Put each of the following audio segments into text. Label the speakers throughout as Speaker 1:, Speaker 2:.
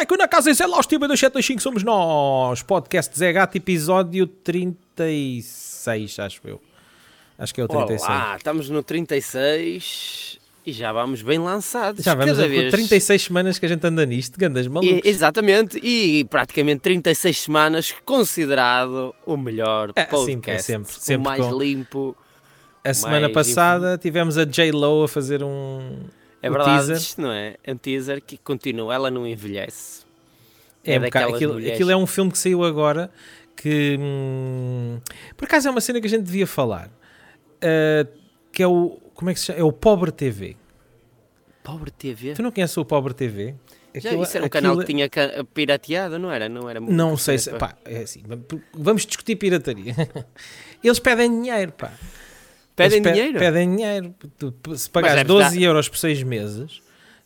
Speaker 1: aqui na casa em Zé Laus, Tiba 2725 somos nós. Podcast Zé Gato, episódio 36, acho eu. Acho que é o 36.
Speaker 2: Olá, estamos no 36 e já vamos bem lançados.
Speaker 1: Já vamos
Speaker 2: cada
Speaker 1: a
Speaker 2: vez.
Speaker 1: 36 semanas que a gente anda nisto, gandas
Speaker 2: E-
Speaker 1: malucos.
Speaker 2: exatamente, e praticamente 36 semanas considerado o melhor
Speaker 1: É,
Speaker 2: podcast,
Speaker 1: sempre, sempre, sempre
Speaker 2: o mais
Speaker 1: com-
Speaker 2: limpo.
Speaker 1: a semana
Speaker 2: mais
Speaker 1: passada tivemos a J-Lo a fazer um.
Speaker 2: É
Speaker 1: o
Speaker 2: verdade,
Speaker 1: teaser.
Speaker 2: isto não é? É um teaser que continua, ela não envelhece.
Speaker 1: É,
Speaker 2: É
Speaker 1: um
Speaker 2: daquelas
Speaker 1: bocado- aquilo,
Speaker 2: mulheres.
Speaker 1: aquilo é um filme que saiu agora que hum, por acaso é uma cena que a gente devia falar. Ah, que é o. Como é que se chama? É o Pobre TV.
Speaker 2: Pobre TV.
Speaker 1: Tu não conheces o Pobre TV?
Speaker 2: Já,
Speaker 1: é Aquilo-
Speaker 2: isso era um canal
Speaker 1: aquilo-
Speaker 2: que tinha ca- pirateado, não era? Não, era
Speaker 1: Não sei se. Pá, é assim, vamos discutir pirataria. Eles pedem dinheiro, pá.
Speaker 2: Pedem
Speaker 1: Eles pe-
Speaker 2: dinheiro?
Speaker 1: Pedem dinheiro. Tu- p- Se
Speaker 2: deve
Speaker 1: pagares
Speaker 2: dar- Hum.
Speaker 1: 12 euros por 6 meses,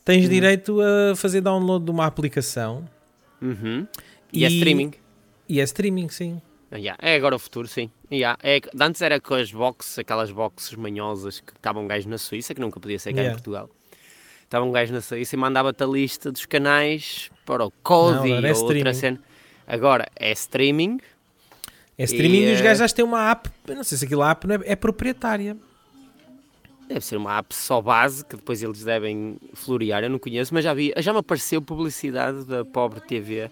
Speaker 1: tens direito a fazer download de uma aplicação
Speaker 2: Uhum. E, é
Speaker 1: E-
Speaker 2: streaming.
Speaker 1: e é streaming, sim.
Speaker 2: Ya, É agora o futuro, sim. Ya, é, que- de antes era com as boxes, aquelas boxes manhosas que estava um gajo na Suíça, que nunca podia ser cá
Speaker 1: Ya.
Speaker 2: em Portugal. Estava um gajo na Suíça e mandava-te a lista dos canais para o
Speaker 1: Não,
Speaker 2: Cody
Speaker 1: agora é
Speaker 2: ou outra
Speaker 1: streaming.
Speaker 2: cena. Agora é streaming.
Speaker 1: É streaming e, os
Speaker 2: eh,
Speaker 1: gajos já têm uma app. eu Não sei se aquilo a app não é, é proprietária.
Speaker 2: Deve ser uma app só base, que depois eles devem florear, eu não conheço, mas já vi, já me apareceu publicidade da Pobre TV,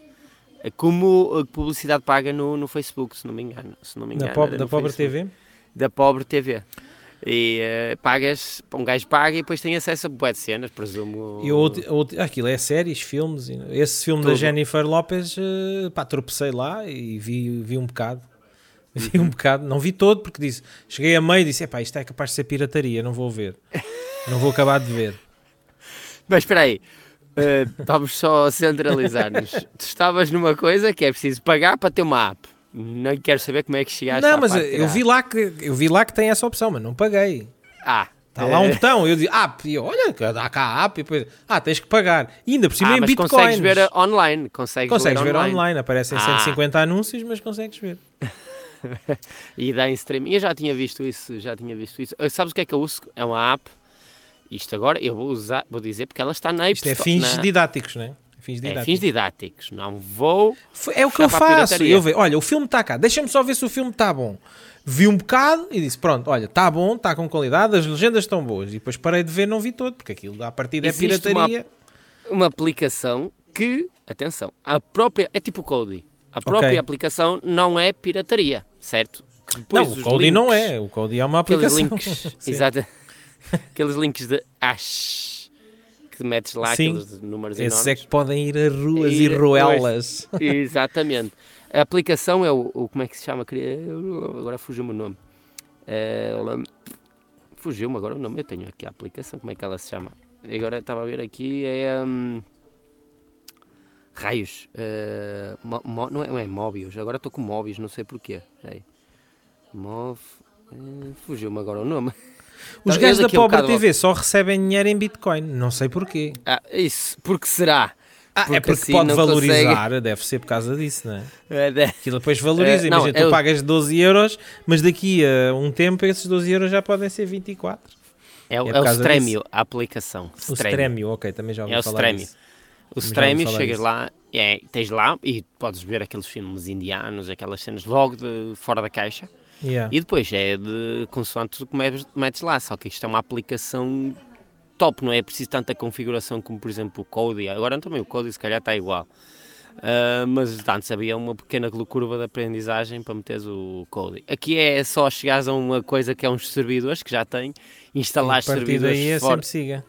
Speaker 2: eh, como eh, publicidade paga no, no Facebook, se não me engano. Se não me engano
Speaker 1: da pobre,
Speaker 2: era
Speaker 1: da
Speaker 2: no
Speaker 1: pobre
Speaker 2: Facebook.
Speaker 1: TV.
Speaker 2: da Pobre TV. E eh, pagas, um gajo paga e depois tem acesso a bué de cenas, presumo.
Speaker 1: E o outro- o outro- aquilo é séries, filmes. e- Esse filme da
Speaker 2: Tudo.
Speaker 1: Jennifer Lopez, eh, pá, tropecei lá e vi, vi um bocado. Vi um bocado, não vi todo porque disse, cheguei a meio e disse, "Epá, isto é capaz de ser pirataria, não vou ver. Não vou acabar de ver.
Speaker 2: Mas espera aí, eh, vamos só centralizar-nos. tu estavas numa coisa que é preciso pagar para ter uma app. Não quero saber como é que chegaste à
Speaker 1: não, mas
Speaker 2: parte
Speaker 1: eu
Speaker 2: da
Speaker 1: vi lá que eu vi lá que tem essa opção, mas não paguei.
Speaker 2: app. Ah,
Speaker 1: Está lá um
Speaker 2: eh,
Speaker 1: botão, eu digo, app, e eu, olha, dá cá a app, e depois, ah, tens que pagar. E ainda por cima
Speaker 2: ah,
Speaker 1: em
Speaker 2: mas
Speaker 1: bitcoins.
Speaker 2: consegues ver eh, online. Consegues,
Speaker 1: Consegues
Speaker 2: ler
Speaker 1: ver
Speaker 2: online.
Speaker 1: online, aparecem
Speaker 2: Ah.
Speaker 1: 150 anúncios, mas consegues ver.
Speaker 2: E dá em streaming. Eu já tinha visto isso, já tinha visto isso. Eh, sabes o que é que eu uso? É uma app. Isto agora eu vou usar, vou dizer porque ela está na App
Speaker 1: Isto é
Speaker 2: Store-
Speaker 1: fins
Speaker 2: na-
Speaker 1: didáticos, não é? Fins
Speaker 2: É,
Speaker 1: didáticos.
Speaker 2: fins didáticos. Não vou.
Speaker 1: Foi- É o que eu
Speaker 2: Já para a
Speaker 1: faço.
Speaker 2: pirataria.
Speaker 1: Eu vejo, olha, o filme está cá, deixa-me só ver se o filme está bom. Vi um bocado e disse: pronto, olha, está bom, está com qualidade, as legendas estão boas. E depois parei de ver, não vi todo, porque aquilo à partida é
Speaker 2: Existe uma-
Speaker 1: pirataria.
Speaker 2: Uma aplicação que, atenção, a própria. É tipo o Cody. A própria
Speaker 1: Ok.
Speaker 2: aplicação não é pirataria, certo? Que depois
Speaker 1: Não, o
Speaker 2: os
Speaker 1: Cody
Speaker 2: links-
Speaker 1: não é, o Cody é uma
Speaker 2: Aqueles
Speaker 1: aplicação.
Speaker 2: links.
Speaker 1: Sim.
Speaker 2: exato. Aqueles links de ash que metes lá,
Speaker 1: Sim.
Speaker 2: aqueles números
Speaker 1: Esses é
Speaker 2: enormes.
Speaker 1: que podem ir a ruas e
Speaker 2: Ir a
Speaker 1: ruelas.
Speaker 2: Exatamente. A aplicação é o, o- Como é que se chama? Queria- Agora fugiu-me o nome. É, ela- Fugiu-me agora o nome. Eu tenho aqui a aplicação. Como é que ela se chama? Agora estava a ver aqui. É. hum, Raios. É, mo- mo- não, é, não é Móbios. Agora estou com Móbios, não sei porquê. Espera aí. Mov. é, Fugiu-me agora o nome.
Speaker 1: Os gajos
Speaker 2: Então, eu
Speaker 1: da
Speaker 2: daqui a
Speaker 1: Pobre
Speaker 2: bocado
Speaker 1: TV só recebem dinheiro em Bitcoin, não sei porquê.
Speaker 2: Ah, isso, porque será?
Speaker 1: Ah, é
Speaker 2: Porque
Speaker 1: porque
Speaker 2: assim
Speaker 1: pode
Speaker 2: não
Speaker 1: valorizar, deve ser por causa disso, não é?
Speaker 2: É, de-
Speaker 1: Aquilo depois valoriza,
Speaker 2: Eh, não,
Speaker 1: imagina, tu
Speaker 2: eu-
Speaker 1: pagas 12 euros, mas daqui a um tempo esses 12 euros já podem ser 24.
Speaker 2: é o-
Speaker 1: É por
Speaker 2: é o
Speaker 1: causa
Speaker 2: Stremio, a aplicação.
Speaker 1: O Stremio, ok, também já ouvi
Speaker 2: É o
Speaker 1: falar
Speaker 2: Stremio.
Speaker 1: disso.
Speaker 2: O
Speaker 1: Já
Speaker 2: streaming,
Speaker 1: ouvi falar
Speaker 2: chegas
Speaker 1: disso.
Speaker 2: lá, é, tens lá e podes ver aqueles filmes indianos, aquelas cenas logo de fora da caixa.
Speaker 1: Yeah.
Speaker 2: E depois é de consoante o que metes- metes lá, só que isto é uma aplicação top, não é preciso tanta configuração como, por exemplo, o Kodi. Agora também o Kodi se calhar está igual. Ah, mas antes havia uma pequena curva de aprendizagem para meteres o Kodi. Aqui é só chegares a uma coisa que é uns servidores que já tem,
Speaker 1: E
Speaker 2: instalar
Speaker 1: a partir
Speaker 2: servidores
Speaker 1: daí é
Speaker 2: fora.
Speaker 1: sempre siga.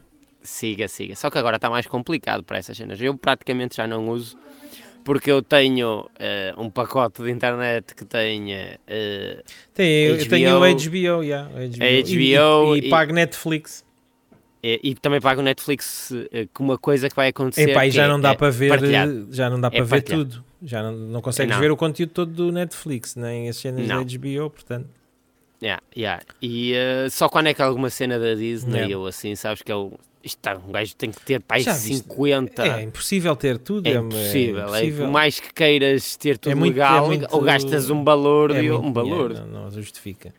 Speaker 2: Siga, siga. Só que agora está mais complicado para essas cenas. Eu praticamente já não uso, porque eu tenho eh, um pacote de internet que tem eh,
Speaker 1: Tem, eu eu tenho o
Speaker 2: HBO,
Speaker 1: HBO, yeah, HBO.
Speaker 2: é
Speaker 1: E-
Speaker 2: HBO
Speaker 1: e, e,
Speaker 2: e-
Speaker 1: pago Netflix.
Speaker 2: eh, e também pago o Netflix eh, com uma coisa que vai acontecer.
Speaker 1: Epá, e
Speaker 2: que
Speaker 1: já
Speaker 2: é-
Speaker 1: não dá
Speaker 2: é
Speaker 1: para ver,
Speaker 2: partilhado. É
Speaker 1: já não dá para ver
Speaker 2: partilhado.
Speaker 1: tudo. Já não, não consegues
Speaker 2: Não.
Speaker 1: ver o conteúdo todo do Netflix, nem as cenas da
Speaker 2: Não.
Speaker 1: HBO, portanto.
Speaker 2: Yeah, yeah. E eh, só quando é que há alguma cena da Disney
Speaker 1: Yeah.
Speaker 2: ou assim, sabes que é o. Isto tá, um gajo tem que ter para aí
Speaker 1: Já viste.
Speaker 2: 50.
Speaker 1: É impossível ter tudo.
Speaker 2: Tá. É
Speaker 1: uma-
Speaker 2: impossível, é
Speaker 1: impossível.
Speaker 2: Por mais que queiras ter tudo
Speaker 1: muito- é
Speaker 2: legal,
Speaker 1: muito-
Speaker 2: ou gastas um valor,
Speaker 1: É
Speaker 2: de-
Speaker 1: muito
Speaker 2: um valor
Speaker 1: dinheiro, Não, não justifica.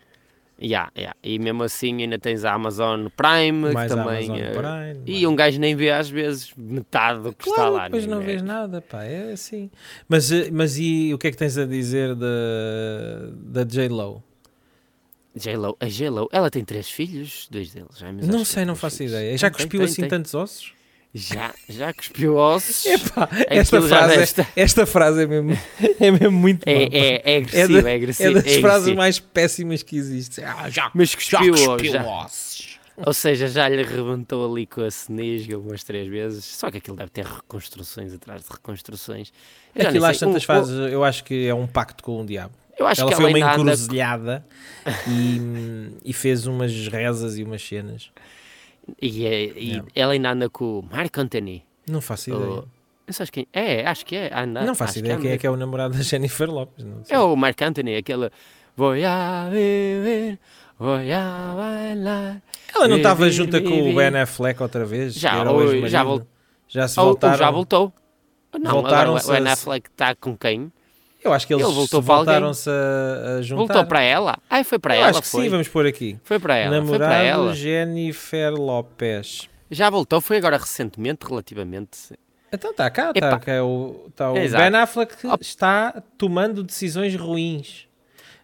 Speaker 2: Yeah, yeah. E mesmo assim ainda tens a Amazon Prime, que
Speaker 1: Mais a
Speaker 2: também.
Speaker 1: Amazon
Speaker 2: eh,
Speaker 1: Prime, mais-
Speaker 2: e um gajo nem vê às vezes metade do que está
Speaker 1: Claro,
Speaker 2: lá.
Speaker 1: depois
Speaker 2: nem
Speaker 1: não
Speaker 2: é?
Speaker 1: vês nada, pá, é assim. Mas, eh, mas e o que é que tens a dizer da, da J-Lo?
Speaker 2: J-Lo, a J-Lo, ela tem três filhos, dois deles. Já, é mas
Speaker 1: Não
Speaker 2: acho que
Speaker 1: sei,
Speaker 2: tem
Speaker 1: não
Speaker 2: três
Speaker 1: faço
Speaker 2: filhos.
Speaker 1: ideia. Já
Speaker 2: Tem, tem,
Speaker 1: cuspiu
Speaker 2: tem,
Speaker 1: assim É
Speaker 2: tem.
Speaker 1: tantos ossos?
Speaker 2: Já, já cuspiu ossos.
Speaker 1: Epá,
Speaker 2: Aquilo
Speaker 1: esta
Speaker 2: já
Speaker 1: frase, é
Speaker 2: desta-
Speaker 1: esta frase é mesmo, é mesmo muito
Speaker 2: É,
Speaker 1: má, pá.
Speaker 2: é, é agressivo, é,
Speaker 1: da-
Speaker 2: agressivo.
Speaker 1: das
Speaker 2: é
Speaker 1: frases
Speaker 2: agressivo.
Speaker 1: mais péssimas que existem. Ah, já,
Speaker 2: Mas
Speaker 1: já
Speaker 2: cuspiu,
Speaker 1: cuspiu
Speaker 2: já.
Speaker 1: ossos.
Speaker 2: Ou seja, já lhe rebentou ali com a cenisga umas três vezes. Só que aquilo deve ter reconstruções atrás de reconstruções. Eu já
Speaker 1: Aquilo
Speaker 2: nem
Speaker 1: às
Speaker 2: sei.
Speaker 1: tantas
Speaker 2: O- o-
Speaker 1: frases, eu acho que é um pacto com o diabo.
Speaker 2: Eu acho
Speaker 1: um- ela é
Speaker 2: que
Speaker 1: foi uma
Speaker 2: ainda anda com-
Speaker 1: encruzilhada e, e fez umas rezas e umas cenas.
Speaker 2: E, é- e
Speaker 1: Yeah.
Speaker 2: ela ainda anda com o Mark Anthony.
Speaker 1: Não faço
Speaker 2: o-
Speaker 1: ideia.
Speaker 2: Não sabes quem? É, acho que é. anda-
Speaker 1: não faço
Speaker 2: acho
Speaker 1: ideia quem
Speaker 2: anda-
Speaker 1: é que é o namorado da Jennifer Lopes. Não sei.
Speaker 2: É o Mark Anthony, aquele. Vou a viver, vou a bailar.
Speaker 1: Ela não
Speaker 2: vi,
Speaker 1: estava
Speaker 2: vi,
Speaker 1: junto
Speaker 2: vi,
Speaker 1: com
Speaker 2: vi.
Speaker 1: o Ben Affleck outra vez?
Speaker 2: Já,
Speaker 1: que era o
Speaker 2: ou-
Speaker 1: ex-marido?
Speaker 2: já vol-
Speaker 1: Já se
Speaker 2: Ou, ou
Speaker 1: voltaram.
Speaker 2: já voltou. Não,
Speaker 1: Voltaram-se
Speaker 2: agora o Ben
Speaker 1: a-
Speaker 2: Affleck está com quem?
Speaker 1: Eu acho que eles
Speaker 2: Ele voltou para alguém.
Speaker 1: voltaram-se a, a juntar.
Speaker 2: Voltou para ela? Ai, foi para
Speaker 1: Eu
Speaker 2: ela,
Speaker 1: acho que
Speaker 2: foi.
Speaker 1: sim, vamos pôr aqui.
Speaker 2: Foi para ela, foi para ela.
Speaker 1: Namorado Jennifer Lopes.
Speaker 2: Já voltou, foi agora recentemente, relativamente.
Speaker 1: Então está cá,
Speaker 2: Epá.
Speaker 1: está cá o, tá o
Speaker 2: Exato.
Speaker 1: Ben Affleck que
Speaker 2: Op.
Speaker 1: está tomando decisões ruins.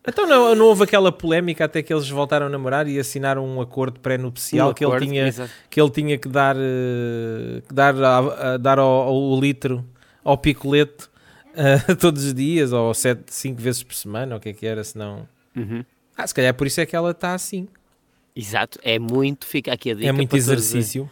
Speaker 1: Então não, não houve aquela polémica até que eles voltaram a namorar e assinaram um acordo pré-nupcial
Speaker 2: Um
Speaker 1: que,
Speaker 2: acordo,
Speaker 1: ele tinha,
Speaker 2: exato.
Speaker 1: que ele tinha que dar, eh, que dar, a- a- dar ao, ao litro, ao picolete, eh, todos os dias, ou sete, cinco vezes por semana, ou o que é que era, senão...
Speaker 2: Uhum.
Speaker 1: Ah, se calhar por isso é que ela está assim.
Speaker 2: Exato, é muito, fica aqui a dica
Speaker 1: é muito
Speaker 2: para né? todas
Speaker 1: exercício.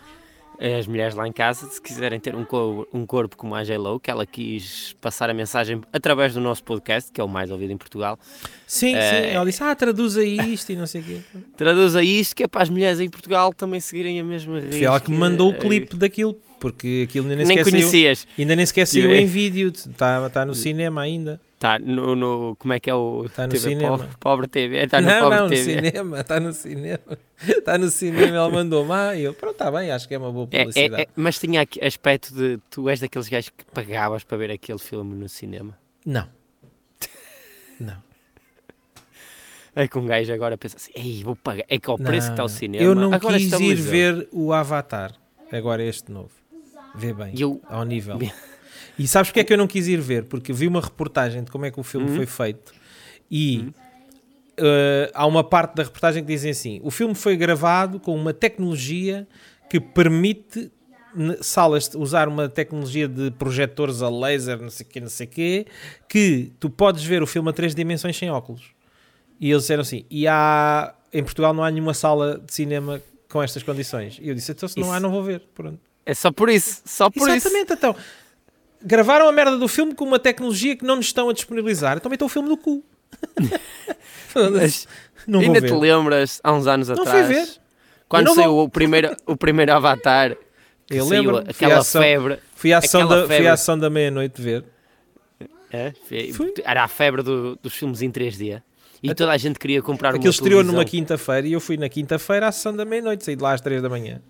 Speaker 2: Eh, as mulheres lá em casa, se quiserem ter um, cor- um corpo como a J-Lo, que ela quis passar a mensagem através do nosso podcast, que é o mais ouvido em Portugal,
Speaker 1: Sim,
Speaker 2: Eh,
Speaker 1: sim. Ela disse, ah, traduza isto e não sei o quê.
Speaker 2: traduza isto que é para as mulheres em Portugal também seguirem a mesma rede.
Speaker 1: Foi ela que me mandou o clipe daquilo, porque aquilo ainda nem,
Speaker 2: Nem é.
Speaker 1: sequer saiu.
Speaker 2: conhecias.
Speaker 1: Ainda nem sequer saiu
Speaker 2: Eu-
Speaker 1: em vídeo. Está tá no cinema ainda.
Speaker 2: Está Tá no, no- Como é que é o.
Speaker 1: Tá no
Speaker 2: TV
Speaker 1: cinema.
Speaker 2: Pobre, pobre TV. Está Tá no
Speaker 1: não,
Speaker 2: Pobre
Speaker 1: não, no
Speaker 2: TV.
Speaker 1: cinema. Está no cinema. Está no cinema. Ela mandou-me. Ah, e eu, pronto, está bem. Acho que é uma boa
Speaker 2: É, é,
Speaker 1: publicidade.
Speaker 2: é, mas tinha aqui aspecto de tu és daqueles gajos que pagavas para ver aquele filme no cinema.
Speaker 1: Não. Não.
Speaker 2: É que um gajo agora pensa assim, ei, vou pagar. É que ao
Speaker 1: não,
Speaker 2: preço que está o
Speaker 1: não.
Speaker 2: cinema.
Speaker 1: Eu não
Speaker 2: agora
Speaker 1: quis ir
Speaker 2: estabilizou.
Speaker 1: ver o Avatar. Agora este novo. Vê bem.
Speaker 2: E eu-
Speaker 1: Ao nível. E sabes porque é que eu não quis ir ver? Porque vi uma reportagem de como é que o
Speaker 2: Hum?
Speaker 1: filme foi feito e eh, há uma parte da reportagem que dizem assim: o filme foi gravado com uma tecnologia que permite n- salas usar uma tecnologia de projetores a laser, não sei o quê, não sei o quê, que tu podes ver o filme a três dimensões sem óculos. E eles disseram assim: e há em Portugal não há nenhuma sala de cinema com estas condições. E eu disse: então se não
Speaker 2: Isso.
Speaker 1: há, não vou ver. Pronto.
Speaker 2: É só por isso. Só por isso.
Speaker 1: Exatamente, então. Gravaram a merda do filme com uma tecnologia que não nos estão a disponibilizar. Então metam o filme no cu. Foda-se. não vou
Speaker 2: Ainda te
Speaker 1: ver.
Speaker 2: lembras, há uns anos
Speaker 1: Não fui
Speaker 2: atrás,
Speaker 1: ver.
Speaker 2: quando
Speaker 1: Eu não
Speaker 2: saiu o, primeiro, o primeiro Avatar, que
Speaker 1: Eu
Speaker 2: saiu
Speaker 1: lembro-me, fui à
Speaker 2: aquela
Speaker 1: ação-
Speaker 2: febre.
Speaker 1: Fui à ação
Speaker 2: Aquela
Speaker 1: da, fui
Speaker 2: febre.
Speaker 1: à ação da meia-noite ver.
Speaker 2: É, fe-
Speaker 1: Fui.
Speaker 2: Era a febre do- dos filmes em 3D. E
Speaker 1: Até-
Speaker 2: toda a gente queria comprar uma
Speaker 1: Aquilo estreou
Speaker 2: televisão
Speaker 1: numa quinta-feira e eu fui na quinta-feira à sessão da meia-noite. Saí de lá às três da manhã.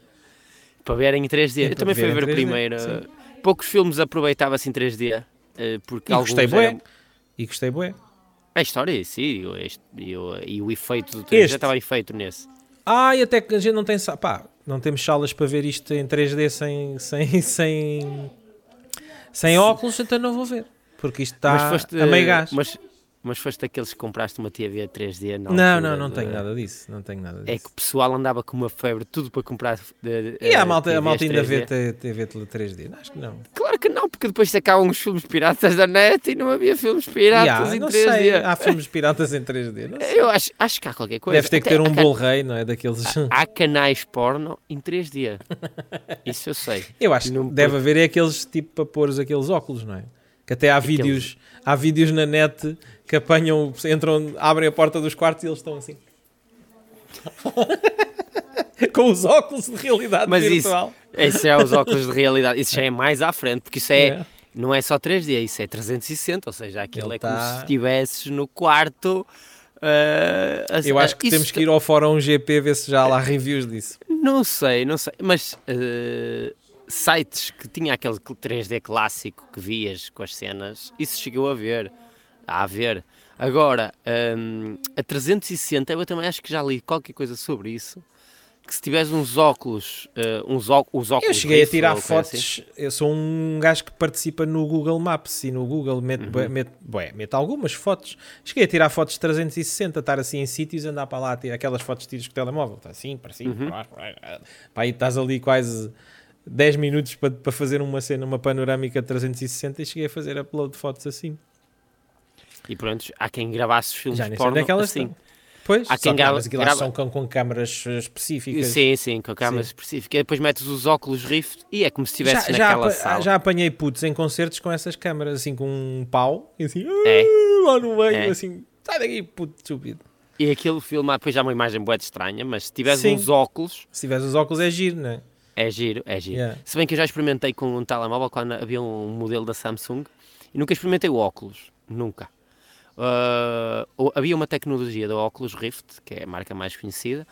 Speaker 2: Para verem em 3D.
Speaker 1: Sim,
Speaker 2: Eu também
Speaker 1: para
Speaker 2: fui
Speaker 1: ver
Speaker 2: ver
Speaker 1: em
Speaker 2: o
Speaker 1: 3D,
Speaker 2: primeiro.
Speaker 1: sim.
Speaker 2: Poucos filmes aproveitava-se em 3D. eh, Porque
Speaker 1: E
Speaker 2: alguns
Speaker 1: gostei bué.
Speaker 2: eram- É
Speaker 1: E gostei bué.
Speaker 2: A história em si e o- este- e o, e o efeito do 3D
Speaker 1: Este.
Speaker 2: estava efeito nesse.
Speaker 1: Ai, até que a gente não tem... sa- Pá, não temos salas para ver isto em 3D sem... sem, sem... Sem óculos, então não vou ver. Porque isto está Ah, a meio gás.
Speaker 2: mas, mas foste daqueles que compraste uma TV 3D? na
Speaker 1: Não,
Speaker 2: altura
Speaker 1: não, não
Speaker 2: de-
Speaker 1: tenho nada disso. Não tenho nada disso.
Speaker 2: É que o pessoal andava com uma febre, tudo para comprar. de-
Speaker 1: E
Speaker 2: eh,
Speaker 1: a malta, a
Speaker 2: TVs
Speaker 1: malta ainda vê
Speaker 2: 3D.
Speaker 1: te- TV tele 3D? Não, acho que não.
Speaker 2: Claro que não, porque depois sacavam os filmes piratas da net e não havia filmes piratas
Speaker 1: E há,
Speaker 2: em
Speaker 1: não
Speaker 2: 3D.
Speaker 1: sei, há filmes piratas em 3D. Não sei.
Speaker 2: Eu acho, acho que há qualquer coisa.
Speaker 1: Deves ter que
Speaker 2: Até
Speaker 1: ter um
Speaker 2: há,
Speaker 1: Blu-ray, não é? Daqueles.
Speaker 2: Há canais porno em 3D. Isso eu sei.
Speaker 1: Eu acho
Speaker 2: Não
Speaker 1: que deve haver é aqueles tipo para pôr aqueles óculos, não é? Que até há vídeos, há vídeos na net que apanham, entram, abrem a porta dos quartos e eles estão assim. Com os óculos de realidade
Speaker 2: Mas isso,
Speaker 1: virtual.
Speaker 2: isso já é os óculos de realidade. Isso já é mais à frente, porque isso é.
Speaker 1: É.
Speaker 2: Não é só 3D, isso é 360, ou seja, aquilo
Speaker 1: Ele
Speaker 2: é como
Speaker 1: tá-
Speaker 2: se estivesses no quarto. eh, a-
Speaker 1: Eu acho que
Speaker 2: isso-
Speaker 1: temos que ir ao fórum GP ver se já há lá reviews disso.
Speaker 2: Não sei, não sei, mas eh, sites que tinha aquele cl- 3D clássico que vias com as cenas, isso chegou a ver, a haver. Agora, hum, a 360, eu também acho que já li qualquer coisa sobre isso. Que se tiveres uns óculos, eh, uns ó- os óculos.
Speaker 1: Eu cheguei a
Speaker 2: Rift,
Speaker 1: tirar
Speaker 2: ou coisa assim,
Speaker 1: fotos. Eu sou um gajo que participa no Google Maps e no Google mete,
Speaker 2: Uhum.
Speaker 1: bué- mete, bué, mete algumas fotos. Cheguei a tirar fotos de 360, estar assim em sítios, andar para lá, tirar aquelas fotos de tiros com o telemóvel. Está assim, para
Speaker 2: Uhum.
Speaker 1: cima, para baixo. para lá. Pá, aí estás ali quase 10 minutos para, para fazer uma cena, uma panorâmica de 360 e cheguei a fazer upload de fotos assim.
Speaker 2: E pronto, há quem gravasse os filmes
Speaker 1: Já nem sei
Speaker 2: porno
Speaker 1: onde é que elas
Speaker 2: assim.
Speaker 1: estão. Pois,
Speaker 2: Há
Speaker 1: só
Speaker 2: quem
Speaker 1: que,
Speaker 2: grava-
Speaker 1: mas aquilo lá
Speaker 2: grava-
Speaker 1: são com, com câmaras eh, específicas.
Speaker 2: Sim, sim, com a câmera
Speaker 1: Sim.
Speaker 2: específica. E depois metes os óculos Rift e é como
Speaker 1: Já,
Speaker 2: se estivesse
Speaker 1: já,
Speaker 2: naquela
Speaker 1: apa-
Speaker 2: sala.
Speaker 1: já apanhei putos em concertos com essas câmaras, assim, com um pau, e assim,
Speaker 2: É.
Speaker 1: "Ah", lá no meio,
Speaker 2: É.
Speaker 1: assim, sai daqui, puto estúpido.
Speaker 2: E aquele filme, depois já é uma imagem bué de estranha, mas se tiveres
Speaker 1: Sim.
Speaker 2: uns óculos,
Speaker 1: Se tiveres os óculos é giro, não é?
Speaker 2: é giro, é giro.
Speaker 1: Yeah.
Speaker 2: Se bem que eu já experimentei com um telemóvel quando havia um modelo da Samsung e nunca experimentei o óculos, nunca. Ah, ou- havia uma tecnologia da Oculus Rift, que é a marca mais conhecida,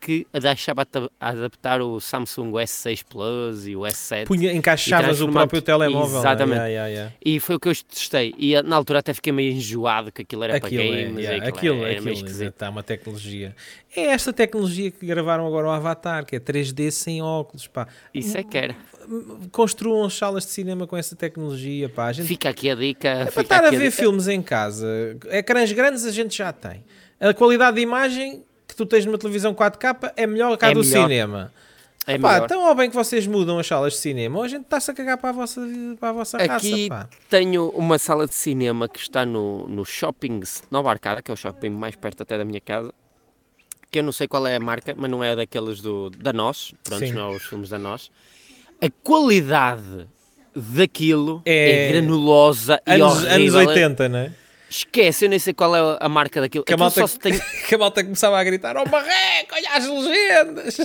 Speaker 2: que deixava ata- adaptar o Samsung S6 Plus e o S7.
Speaker 1: Punha, encaixavas o
Speaker 2: transformante.
Speaker 1: próprio telemóvel. não é?
Speaker 2: Exatamente.
Speaker 1: Yeah, yeah, yeah.
Speaker 2: E foi o que eu testei. E ah, na altura até fiquei meio enjoado que aquilo era
Speaker 1: Aquilo,
Speaker 2: para
Speaker 1: é,
Speaker 2: games.
Speaker 1: yeah,
Speaker 2: e
Speaker 1: aquilo,
Speaker 2: era, era meio
Speaker 1: aquilo,
Speaker 2: esquisito.
Speaker 1: está uma tecnologia. É esta tecnologia que gravaram agora o Avatar, que é 3D sem óculos, pá.
Speaker 2: Isso é que era.
Speaker 1: Construam as salas de cinema com essa tecnologia, pá. A gente
Speaker 2: Fica aqui a dica.
Speaker 1: É para
Speaker 2: fica
Speaker 1: estar a
Speaker 2: aqui
Speaker 1: ver
Speaker 2: dica.
Speaker 1: filmes em casa. Ecrãs grandes a gente já tem. A qualidade de imagem que tu tens numa televisão 4K é melhor que a
Speaker 2: É
Speaker 1: do
Speaker 2: melhor.
Speaker 1: cinema.
Speaker 2: É
Speaker 1: Pá,
Speaker 2: melhor.
Speaker 1: então, ou bem que vocês mudam as salas de cinema, ou a gente está-se a cagar para a vossa, para a vossa
Speaker 2: Aqui
Speaker 1: raça. Pá.
Speaker 2: tenho uma sala de cinema que está no, no shopping Nova Arcada, que é o shopping mais perto até da minha casa, que eu não sei qual é a marca, mas não é daqueles do, da Nós, pronto,
Speaker 1: Sim.
Speaker 2: não é os filmes da Nós. A qualidade daquilo
Speaker 1: É
Speaker 2: é, granulosa e
Speaker 1: Anos, anos
Speaker 2: horrível. é
Speaker 1: 80, né?
Speaker 2: Esquece, eu nem sei qual é a marca daquilo.
Speaker 1: Que a,
Speaker 2: Aquilo
Speaker 1: malta,
Speaker 2: só se tem
Speaker 1: que a malta começava a gritar: Oh, barreco, olha as legendas!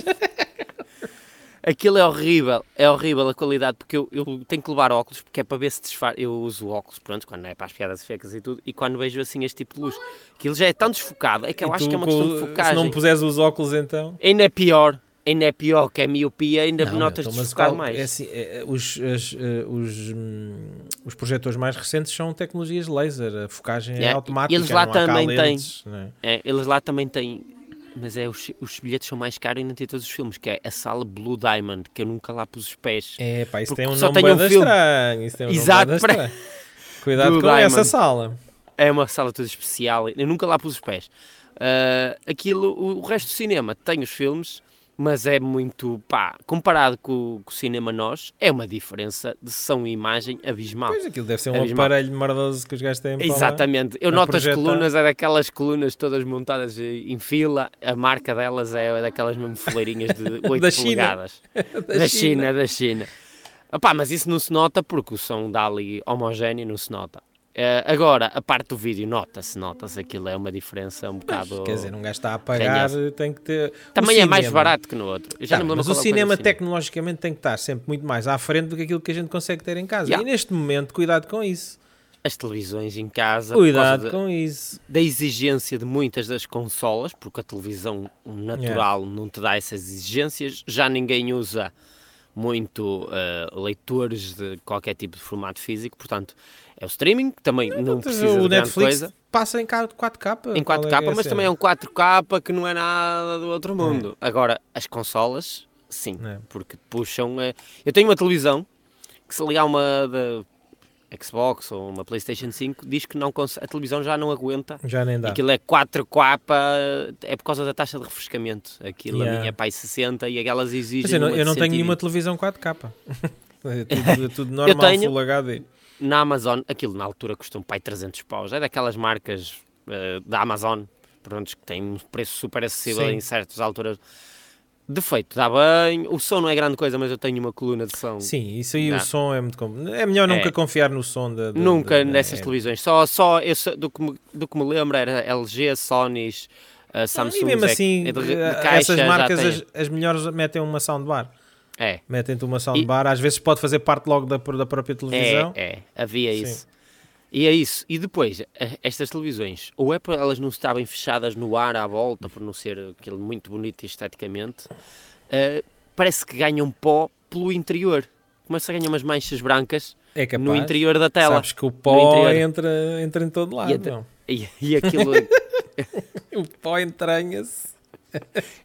Speaker 2: Aquilo é horrível, é horrível a qualidade, porque eu, eu tenho que levar óculos, porque é para ver se disfar. Eu uso óculos, pronto, quando é para as piadas fecas e tudo, e quando vejo assim este tipo de luz, aquilo já é tão desfocado, é que eu
Speaker 1: E
Speaker 2: acho
Speaker 1: tu,
Speaker 2: que é uma
Speaker 1: com-
Speaker 2: questão de
Speaker 1: se
Speaker 2: focagem.
Speaker 1: não puseres os óculos, então.
Speaker 2: Ainda é pior, ainda é pior, que é miopia, ainda
Speaker 1: Não,
Speaker 2: notas
Speaker 1: meu, então, mas
Speaker 2: desfocado
Speaker 1: qual-
Speaker 2: mais.
Speaker 1: é assim, é, é, os, as, eh, os, hum, os projetores mais recentes são tecnologias laser, a focagem é
Speaker 2: Yeah, e
Speaker 1: automática.
Speaker 2: eles lá
Speaker 1: não há cá
Speaker 2: também têm.
Speaker 1: lentes, né?
Speaker 2: É, eles lá também têm, mas é, os, os bilhetes são mais caros e não tem todos os filmes, que é a sala Blue Diamond, que eu nunca lá pus os pés.
Speaker 1: É, pá, isso
Speaker 2: Porque
Speaker 1: tem um
Speaker 2: só
Speaker 1: nome
Speaker 2: tem um
Speaker 1: bué de
Speaker 2: filme.
Speaker 1: estranho. Isso tem um
Speaker 2: Exato,
Speaker 1: nome bué de
Speaker 2: para-
Speaker 1: estranho. Cuidado
Speaker 2: Do
Speaker 1: com essa
Speaker 2: Diamond.
Speaker 1: sala.
Speaker 2: É uma sala toda especial, eu nunca lá pus os pés. Ah, aquilo, o, o resto do cinema tem os filmes, mas é muito, pá, comparado com, o- com o cinema nós, é uma diferença de som e imagem abismal.
Speaker 1: Pois aquilo deve ser um
Speaker 2: É mesmo.
Speaker 1: aparelho mardoso que os gajos têm para lá.
Speaker 2: Exatamente, eu
Speaker 1: é? a
Speaker 2: noto
Speaker 1: projetar.
Speaker 2: as colunas, é daquelas colunas todas montadas eh, em fila, a marca delas é daquelas mesmo fileirinhas de 8
Speaker 1: Da China.
Speaker 2: polegadas. Da, China. da China. Opá, mas isso não se nota porque o som dá ali homogéneo não se nota. Eh, agora, a parte do vídeo nota-se, nota-se aquilo, é uma diferença um bocado.
Speaker 1: Quer dizer, um gajo está a pagar, tem que ter. O
Speaker 2: Também é mais
Speaker 1: cinema-
Speaker 2: barato que no outro. Eu
Speaker 1: Tá,
Speaker 2: já não me lembro
Speaker 1: mas o
Speaker 2: qual é a coisa do
Speaker 1: cinema tecnologicamente tem que estar sempre muito mais à frente do que aquilo que a gente consegue ter em casa.
Speaker 2: Yeah.
Speaker 1: E neste momento, cuidado com isso.
Speaker 2: As televisões em casa, por causa
Speaker 1: Cuidado
Speaker 2: da-
Speaker 1: com isso.
Speaker 2: da exigência de muitas das consolas, porque a televisão natural não te dá essas exigências, já ninguém usa muito eh, leitores de qualquer tipo de formato físico, portanto é o streaming, que também não, precisa de
Speaker 1: o
Speaker 2: grande
Speaker 1: Netflix
Speaker 2: coisa,
Speaker 1: passa em 4K.
Speaker 2: em 4K, mas também é um 4K que não é nada do outro mundo. Agora, as consolas, sim,
Speaker 1: É.
Speaker 2: porque puxam... eh, eu tenho uma televisão, que se ligar uma da Xbox ou uma Playstation 5, diz que não cons- a televisão já não aguenta
Speaker 1: Já nem dá.
Speaker 2: Aquilo é 4 capa, é por causa da taxa de refrescamento. Aquilo a
Speaker 1: Yeah.
Speaker 2: minha é pai 60 e aquelas exigem.
Speaker 1: Mas eu não,
Speaker 2: uma
Speaker 1: eu não
Speaker 2: de
Speaker 1: tenho
Speaker 2: 120.
Speaker 1: nenhuma televisão 4K. É tudo, é tudo normal,
Speaker 2: tenho.
Speaker 1: Full HD.
Speaker 2: Na Amazon, aquilo na altura custou um pai 300 paus. É daquelas marcas eh, da Amazon, pronto, que têm um preço super acessível
Speaker 1: Sim.
Speaker 2: em certas alturas. Defeito, dá bem. O som não é grande coisa, mas eu tenho uma coluna de som.
Speaker 1: Sim, isso aí
Speaker 2: Dá.
Speaker 1: o som é muito complicado. É melhor nunca
Speaker 2: É.
Speaker 1: confiar no som da. da-
Speaker 2: Nunca
Speaker 1: da-
Speaker 2: nessas
Speaker 1: é.
Speaker 2: televisões. Só, só eu sei- do, que me, do que me lembro era LG, Sony, Samsung.
Speaker 1: E mesmo
Speaker 2: é
Speaker 1: assim, essas marcas,
Speaker 2: já
Speaker 1: as, as melhores metem uma soundbar.
Speaker 2: tem. É.
Speaker 1: Metem-te uma soundbar, às vezes pode fazer parte logo da, da própria televisão.
Speaker 2: É, é, havia
Speaker 1: Sim.
Speaker 2: isso. E é isso. E depois, eh, estas televisões, ou é por elas não estarem fechadas no ar à volta, por não ser aquilo muito bonito esteticamente, eh, parece que ganham pó pelo interior. Começa a ganhar umas manchas brancas
Speaker 1: É, capaz.
Speaker 2: no interior da tela.
Speaker 1: Sabes que o
Speaker 2: No
Speaker 1: pó
Speaker 2: interior.
Speaker 1: entra, entra em todo lado.
Speaker 2: E até-
Speaker 1: não?
Speaker 2: E, e aquilo
Speaker 1: O pó entranha-se.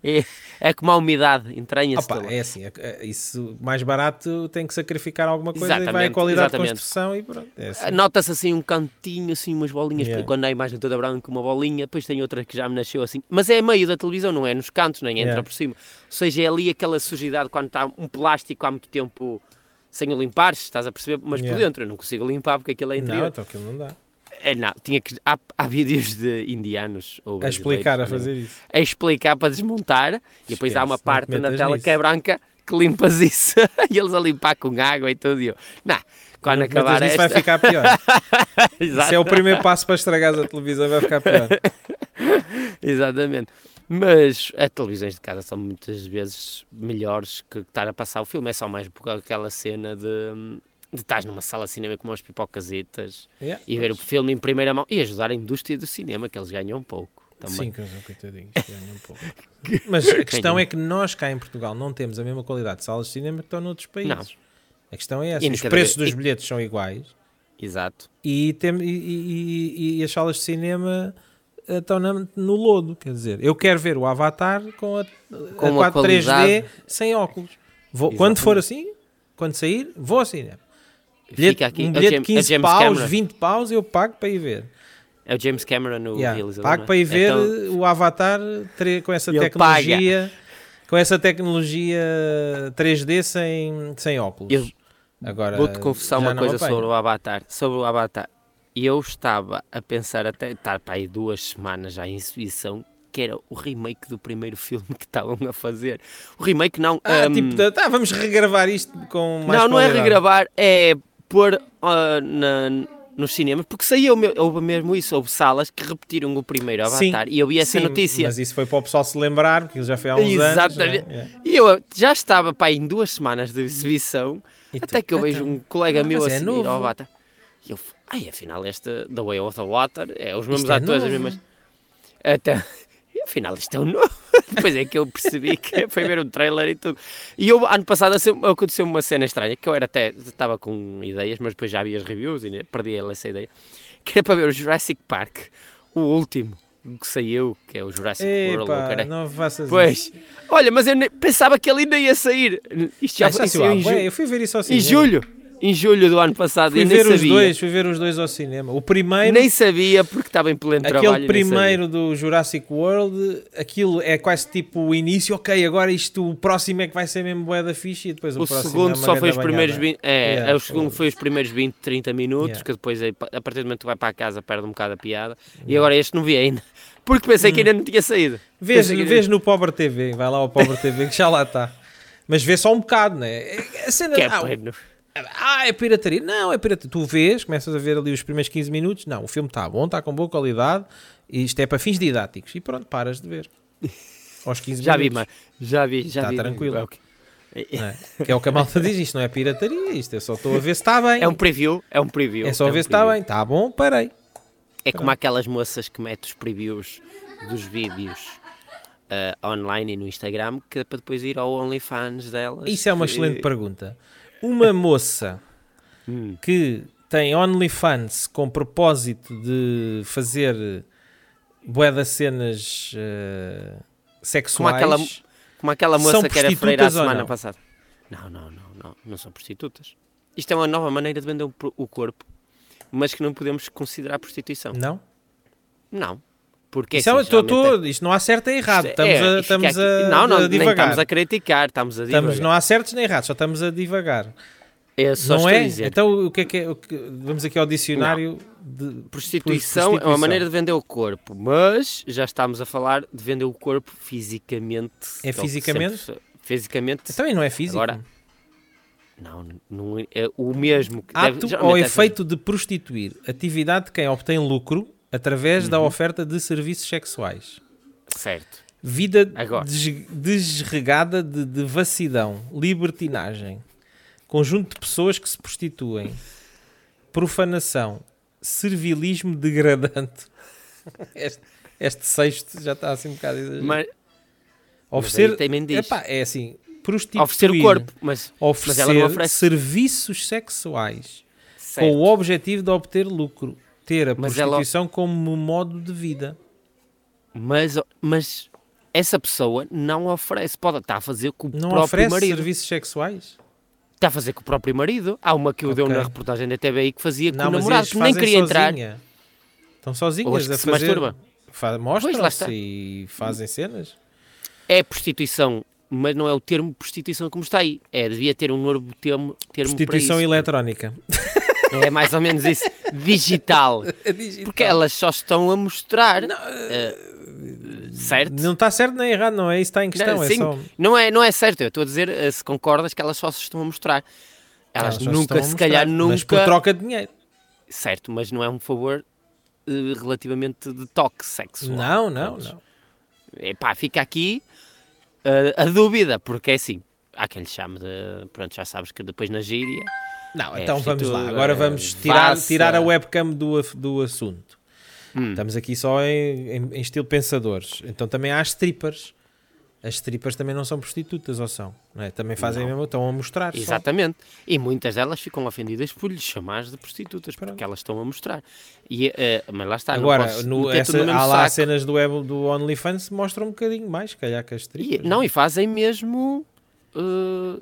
Speaker 2: é, é como a umidade, entranha-se.
Speaker 1: Opa,
Speaker 2: toda.
Speaker 1: é assim, é- é- isso mais barato tem que sacrificar alguma coisa e vai a
Speaker 2: Exatamente,
Speaker 1: qualidade
Speaker 2: exatamente.
Speaker 1: de construção e pronto. É assim.
Speaker 2: Nota-se assim um cantinho, assim umas bolinhas,
Speaker 1: Yeah.
Speaker 2: quando há a imagem toda branca, uma bolinha, depois tem outra que já me nasceu assim. Mas é a meio da televisão, não é nos cantos, nem entra
Speaker 1: Yeah.
Speaker 2: por cima. Ou seja, é ali aquela sujidade quando está um plástico há muito tempo sem o limpar, estás a perceber? Mas por
Speaker 1: Yeah.
Speaker 2: dentro eu não consigo limpar porque aquilo é
Speaker 1: Não,
Speaker 2: interior.
Speaker 1: então aquilo não dá.
Speaker 2: É, não, tinha que, há, há vídeos de indianos ou
Speaker 1: A explicar, a
Speaker 2: brasileiros,
Speaker 1: fazer isso.
Speaker 2: a explicar para desmontar e depois há uma
Speaker 1: Esquece, não te
Speaker 2: parte na
Speaker 1: metas
Speaker 2: tela
Speaker 1: nisso.
Speaker 2: que é branca que limpas isso e eles a limpar com água e tudo. E eu, não, quando
Speaker 1: Mas
Speaker 2: acabar
Speaker 1: isso
Speaker 2: esta,
Speaker 1: vai ficar pior.
Speaker 2: Exato,
Speaker 1: Isso é o primeiro passo para estragares a televisão, vai ficar pior.
Speaker 2: exatamente. Mas as televisões de casa são muitas vezes melhores que estar a passar o filme, é só mais por aquela cena de, de estás numa sala de cinema com umas pipocasitas
Speaker 1: Yeah.
Speaker 2: e ver o filme em primeira mão e ajudar a indústria do cinema, que eles ganham um pouco também.
Speaker 1: Sim, que são coitadinhos, ganham um pouco. Mas a questão
Speaker 2: um
Speaker 1: é que nós cá em Portugal não temos a mesma qualidade de salas de cinema que estão noutros países. A questão é essa.
Speaker 2: E
Speaker 1: Os
Speaker 2: cada
Speaker 1: preços
Speaker 2: vez-
Speaker 1: dos bilhetes são iguais
Speaker 2: Exato.
Speaker 1: e, tem, e, e- e- e as salas de cinema eh, estão na- no lodo. Quer dizer, eu quero ver o Avatar com a,
Speaker 2: Com
Speaker 1: a
Speaker 2: uma
Speaker 1: 4 3D
Speaker 2: qualidade.
Speaker 1: sem óculos. Vou- quando for assim, quando sair, vou ao cinema. Bilhete,
Speaker 2: Fica aqui.
Speaker 1: um
Speaker 2: É o
Speaker 1: bilhete de
Speaker 2: James- é
Speaker 1: 15
Speaker 2: James
Speaker 1: paus,
Speaker 2: Cameron.
Speaker 1: 20 paus, eu pago para ir ver.
Speaker 2: É o James Cameron, o
Speaker 1: Yeah,
Speaker 2: realizador.
Speaker 1: Pago
Speaker 2: não é?
Speaker 1: para ir ver
Speaker 2: Então,
Speaker 1: eh, o Avatar tre- com essa
Speaker 2: Ele
Speaker 1: tecnologia. Com essa tecnologia 3D sem, sem óculos.
Speaker 2: Eu
Speaker 1: Agora,
Speaker 2: Vou-te confessar
Speaker 1: já
Speaker 2: uma
Speaker 1: não
Speaker 2: coisa
Speaker 1: apanho.
Speaker 2: sobre o Avatar. Sobre o Avatar. Eu estava a pensar até, estar para aí duas semanas já em exibição, que era o remake do primeiro filme que estavam a fazer. O remake não...
Speaker 1: Ah,
Speaker 2: hum,
Speaker 1: tipo, tá, tá, vamos regravar isto com mais
Speaker 2: não, não é
Speaker 1: qualidade.
Speaker 2: regravar, é pôr ah, na- nos cinemas, porque saiu, me- houve mesmo isso, houve salas que repetiram o primeiro
Speaker 1: Sim,
Speaker 2: Avatar, e eu vi essa
Speaker 1: Sim,
Speaker 2: notícia.
Speaker 1: Mas isso foi para o pessoal se lembrar, porque já foi há uns anos. né?
Speaker 2: Exatamente.
Speaker 1: Yeah.
Speaker 2: E eu já estava para aí em duas semanas de exibição,
Speaker 1: E tu,
Speaker 2: até que eu vejo
Speaker 1: então,
Speaker 2: um colega
Speaker 1: ah,
Speaker 2: meu
Speaker 1: mas
Speaker 2: a
Speaker 1: é
Speaker 2: seguir
Speaker 1: novo.
Speaker 2: ao Avatar. E eu, f- ai, afinal, esta The Way of the Water é os mesmos
Speaker 1: é
Speaker 2: atores, as
Speaker 1: novo.
Speaker 2: mesmas. Até, e afinal, isto é um novo. Depois é que eu percebi que foi ver um trailer e tudo. E eu, ano passado, assim, aconteceu uma cena estranha, que eu era até, estava com ideias, mas depois já vi as reviews e perdi essa ideia. Que era para ver o Jurassic Park, o último que saiu, que é o Jurassic World, ou o
Speaker 1: Epá,
Speaker 2: caralho.
Speaker 1: não faças isso.
Speaker 2: Pois. Olha, mas eu ne- pensava que ele ainda ia sair. Isto já
Speaker 1: Ah, já
Speaker 2: foi
Speaker 1: saiu há
Speaker 2: saiu em, ju-
Speaker 1: bué, eu fui ver isso ao
Speaker 2: em
Speaker 1: cinema.
Speaker 2: julho. Em julho do ano passado.
Speaker 1: Fui
Speaker 2: eu nem
Speaker 1: ver os
Speaker 2: sabia.
Speaker 1: dois, fui ver os dois ao cinema. O primeiro
Speaker 2: Nem sabia porque estava em pleno trabalho.
Speaker 1: Aquele
Speaker 2: e nem sabia.
Speaker 1: primeiro do Jurassic World, aquilo é quase tipo o início, ok, agora isto, o próximo é que vai ser mesmo bué da ficha e depois o,
Speaker 2: O
Speaker 1: próximo é uma
Speaker 2: segundo só foi
Speaker 1: grande
Speaker 2: os primeiros
Speaker 1: banhada.
Speaker 2: 20, é,
Speaker 1: Yeah,
Speaker 2: é, o segundo
Speaker 1: foda-se.
Speaker 2: foi os primeiros 20, 30 minutos,
Speaker 1: Yeah.
Speaker 2: que depois aí, a partir do momento que vai para a casa perde um bocado a piada. E agora este não vi ainda. Porque pensei que ainda não tinha saído.
Speaker 1: Vês,
Speaker 2: Pensei que-
Speaker 1: vês no Pobre TV, vai lá ao Pobre TV que já lá está. Mas vê só um bocado, né? É- A cena
Speaker 2: que é
Speaker 1: ah,
Speaker 2: pleno.
Speaker 1: Ah, é pirataria. Não, é pirataria. Tu vês, começas a ver ali os primeiros 15 minutos. Não, o filme está bom, está com boa qualidade. e Isto é para fins didáticos. E pronto, paras de ver. Aos 15
Speaker 2: Já vi,
Speaker 1: minutos.
Speaker 2: mas já vi, já
Speaker 1: Tá
Speaker 2: vi.
Speaker 1: tranquilo.
Speaker 2: É, ok.
Speaker 1: não é? Que é o que a malta diz. Isto não é pirataria. Isto eu só estou a ver se está bem.
Speaker 2: É um preview, é um preview.
Speaker 1: É só
Speaker 2: um
Speaker 1: ver se está
Speaker 2: preview.
Speaker 1: bem. Está bom, parei.
Speaker 2: É como aquelas moças que metem os previews dos vídeos ah, online e no Instagram, que é para depois ir ao OnlyFans delas.
Speaker 1: Isso é uma
Speaker 2: que-
Speaker 1: excelente pergunta. Uma moça
Speaker 2: Hum.
Speaker 1: que tem OnlyFans com propósito de fazer bué das cenas eh, sexuais.
Speaker 2: aquela- Como aquela
Speaker 1: São
Speaker 2: moça que era freira a
Speaker 1: prostitutas ou
Speaker 2: semana
Speaker 1: não?
Speaker 2: passada. Não, não, não, não. Não são prostitutas. Isto é uma nova maneira de vender o pro- o corpo, mas que não podemos considerar prostituição.
Speaker 1: Não?
Speaker 2: Não. Porque
Speaker 1: Isto, é
Speaker 2: assim,
Speaker 1: uma- tô-
Speaker 2: geralmente
Speaker 1: tô- isto não há certo nem errado.
Speaker 2: é-
Speaker 1: Estamos,
Speaker 2: é,
Speaker 1: a,
Speaker 2: isto fica
Speaker 1: estamos
Speaker 2: aqui-
Speaker 1: a,
Speaker 2: não, não,
Speaker 1: a
Speaker 2: nem
Speaker 1: divagar.
Speaker 2: estamos a criticar, estamos a divagar.
Speaker 1: Estamos- não há certos nem errados, só estamos a divagar.
Speaker 2: Eu só
Speaker 1: não
Speaker 2: estou
Speaker 1: é?
Speaker 2: a dizer.
Speaker 1: Então o que é que é? o que- vamos aqui ao dicionário de
Speaker 2: Prostituição, é uma maneira de vender o corpo, mas já estamos a falar de vender o corpo fisicamente. que o que
Speaker 1: É fisicamente?
Speaker 2: sempre se- fisicamente.
Speaker 1: Então e não é físico?
Speaker 2: Agora, não, não é o mesmo. que deve-
Speaker 1: Ato
Speaker 2: geralmente
Speaker 1: Então- ou
Speaker 2: é assim.
Speaker 1: efeito de prostituir, atividade de quem obtém lucro através
Speaker 2: Uhum.
Speaker 1: da oferta de serviços sexuais.
Speaker 2: Certo.
Speaker 1: Vida
Speaker 2: Agora.
Speaker 1: des- desregada de, de vacidão, libertinagem, conjunto de pessoas que se prostituem, profanação, servilismo degradante. Este, este sexto já está assim um bocado exagerado.
Speaker 2: Mas
Speaker 1: oferecer,
Speaker 2: aí também diz.
Speaker 1: Epá, é assim, prostituir,
Speaker 2: oferecer o corpo, mas, mas ela
Speaker 1: oferecer
Speaker 2: não oferece.
Speaker 1: serviços sexuais
Speaker 2: Certo.
Speaker 1: com o objetivo de obter lucro, ter a
Speaker 2: Mas ela-
Speaker 1: prostituição como modo de vida.
Speaker 2: Mas, mas essa pessoa não oferece, pode estar a fazer com o
Speaker 1: Não
Speaker 2: próprio
Speaker 1: oferece
Speaker 2: marido.
Speaker 1: serviços sexuais?
Speaker 2: Está a fazer com o próprio marido. Há uma que eu deu
Speaker 1: Ok.
Speaker 2: na reportagem da TBI que fazia com
Speaker 1: Não,
Speaker 2: o
Speaker 1: mas
Speaker 2: namorado,
Speaker 1: eles
Speaker 2: que nem
Speaker 1: fazem
Speaker 2: queria entrar.
Speaker 1: sozinha. Estão
Speaker 2: Ou as
Speaker 1: sozinhas
Speaker 2: que
Speaker 1: a
Speaker 2: se
Speaker 1: fazer...
Speaker 2: masturba.
Speaker 1: Fa-
Speaker 2: lá
Speaker 1: Mostram-se
Speaker 2: está.
Speaker 1: e fazem cenas.
Speaker 2: É prostituição, mas não é o termo prostituição como está aí. É, devia ter um novo termo, termo
Speaker 1: Prostituição
Speaker 2: para isso.
Speaker 1: eletrónica.
Speaker 2: É mais ou menos isso. Digital.
Speaker 1: é
Speaker 2: Porque elas só estão a mostrar. eh, certo?
Speaker 1: Não está certo nem errado, não é isso que está em questão.
Speaker 2: Não,
Speaker 1: é
Speaker 2: sim,
Speaker 1: só...
Speaker 2: não, é, não é certo, eu estou a dizer, eh, se concordas, que elas só se estão a mostrar. Elas
Speaker 1: só estão a
Speaker 2: nunca, se
Speaker 1: mostrar,
Speaker 2: calhar,
Speaker 1: Mas por
Speaker 2: nunca.
Speaker 1: troca de dinheiro.
Speaker 2: Certo, mas não é um favor eh, relativamente de toque sexual.
Speaker 1: Não, não, não.
Speaker 2: Epá, fica aqui eh, a dúvida, porque é assim. Há quem lhe chame de. Pronto, já sabes que depois na gíria.
Speaker 1: Não,
Speaker 2: É,
Speaker 1: então vamos lá.
Speaker 2: prostituta,
Speaker 1: Agora vamos tirar,
Speaker 2: vassa.
Speaker 1: tirar a webcam do, af- do assunto.
Speaker 2: Hum.
Speaker 1: Estamos aqui só em, em- em estilo pensadores. Então também há as strippers. As strippers também não são prostitutas, ou são? Não é? Também fazem mesmo, estão a mostrar. só.
Speaker 2: Exatamente. E muitas delas ficam ofendidas por lhes chamar de prostitutas, porque elas estão a mostrar. E, eh, mas lá está. não
Speaker 1: Agora,
Speaker 2: posso
Speaker 1: no,
Speaker 2: meter
Speaker 1: essa,
Speaker 2: tudo no mesmo
Speaker 1: há lá
Speaker 2: saco.
Speaker 1: cenas do, web, do OnlyFans que mostram um bocadinho mais, se calhar, que as né?
Speaker 2: E-
Speaker 1: strippers.
Speaker 2: não, e fazem mesmo eh,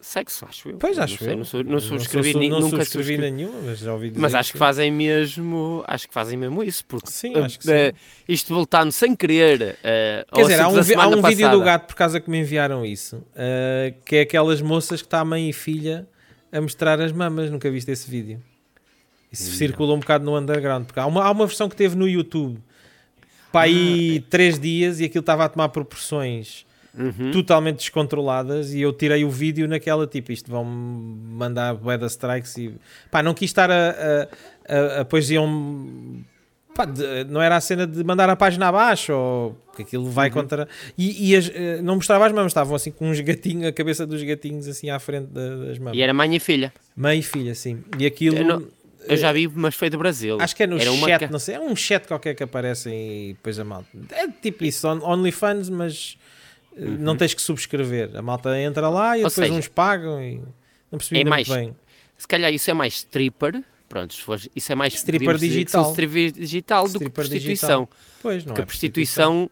Speaker 2: sexo, acho eu.
Speaker 1: Pois,
Speaker 2: Não
Speaker 1: acho
Speaker 2: sei,
Speaker 1: eu.
Speaker 2: Não, sou, não
Speaker 1: Não
Speaker 2: subscrevi,
Speaker 1: sou-
Speaker 2: nem-
Speaker 1: não
Speaker 2: nunca
Speaker 1: subscrevi
Speaker 2: subscrevi.
Speaker 1: nenhuma, mas já ouvi dizer.
Speaker 2: Mas acho que fazem mesmo, acho que fazem mesmo isso, porque
Speaker 1: Sim,
Speaker 2: eh,
Speaker 1: acho que sim.
Speaker 2: eh, isto voltando sem querer. eh, ao
Speaker 1: Quer dizer, há
Speaker 2: assunto
Speaker 1: um,
Speaker 2: da
Speaker 1: vi- há
Speaker 2: semana
Speaker 1: um vídeo
Speaker 2: passada.
Speaker 1: do gato por causa que me enviaram isso, ah, que é aquelas moças que está a mãe e filha a mostrar as mamas. Nunca viste esse vídeo. Isso circula um bocado no underground, porque há uma, há uma versão que teve no YouTube para
Speaker 2: Ah,
Speaker 1: aí
Speaker 2: é.
Speaker 1: três dias e aquilo estava a tomar proporções totalmente descontroladas e eu tirei o vídeo naquela tipo, isto vão mandar bué da strikes e pá, não quis estar a, a, a, a pois iam pá, de- não era a cena de mandar a página abaixo ou que aquilo
Speaker 2: Uhum.
Speaker 1: vai contra e, e as, eh, não mostrava as mamas, estavam assim com uns gatinhos, a cabeça dos gatinhos assim à frente da- das mamas,
Speaker 2: E era mãe e filha.
Speaker 1: mãe e filha assim, e aquilo
Speaker 2: Eu não- Eu já vi, mas foi do Brasil.
Speaker 1: Eh, Acho que é no
Speaker 2: Era uma
Speaker 1: chat,
Speaker 2: ca-
Speaker 1: não sei, é um chat qualquer que aparecem e depois a malta. É tipo isso, on- OnlyFans, mas eh, não tens que subscrever. A malta entra lá e
Speaker 2: Uhum. Ou
Speaker 1: depois
Speaker 2: seja,
Speaker 1: uns pagam e não percebi
Speaker 2: é
Speaker 1: ainda
Speaker 2: mais
Speaker 1: muito bem.
Speaker 2: Se calhar isso é mais stripper. Pronto, se for- isso é mais
Speaker 1: Stripper
Speaker 2: podemos dizer que são
Speaker 1: digital.
Speaker 2: stripper digital do que
Speaker 1: Stripper
Speaker 2: prostituição.
Speaker 1: digital. Pois não.
Speaker 2: Porque
Speaker 1: é
Speaker 2: a prostituição,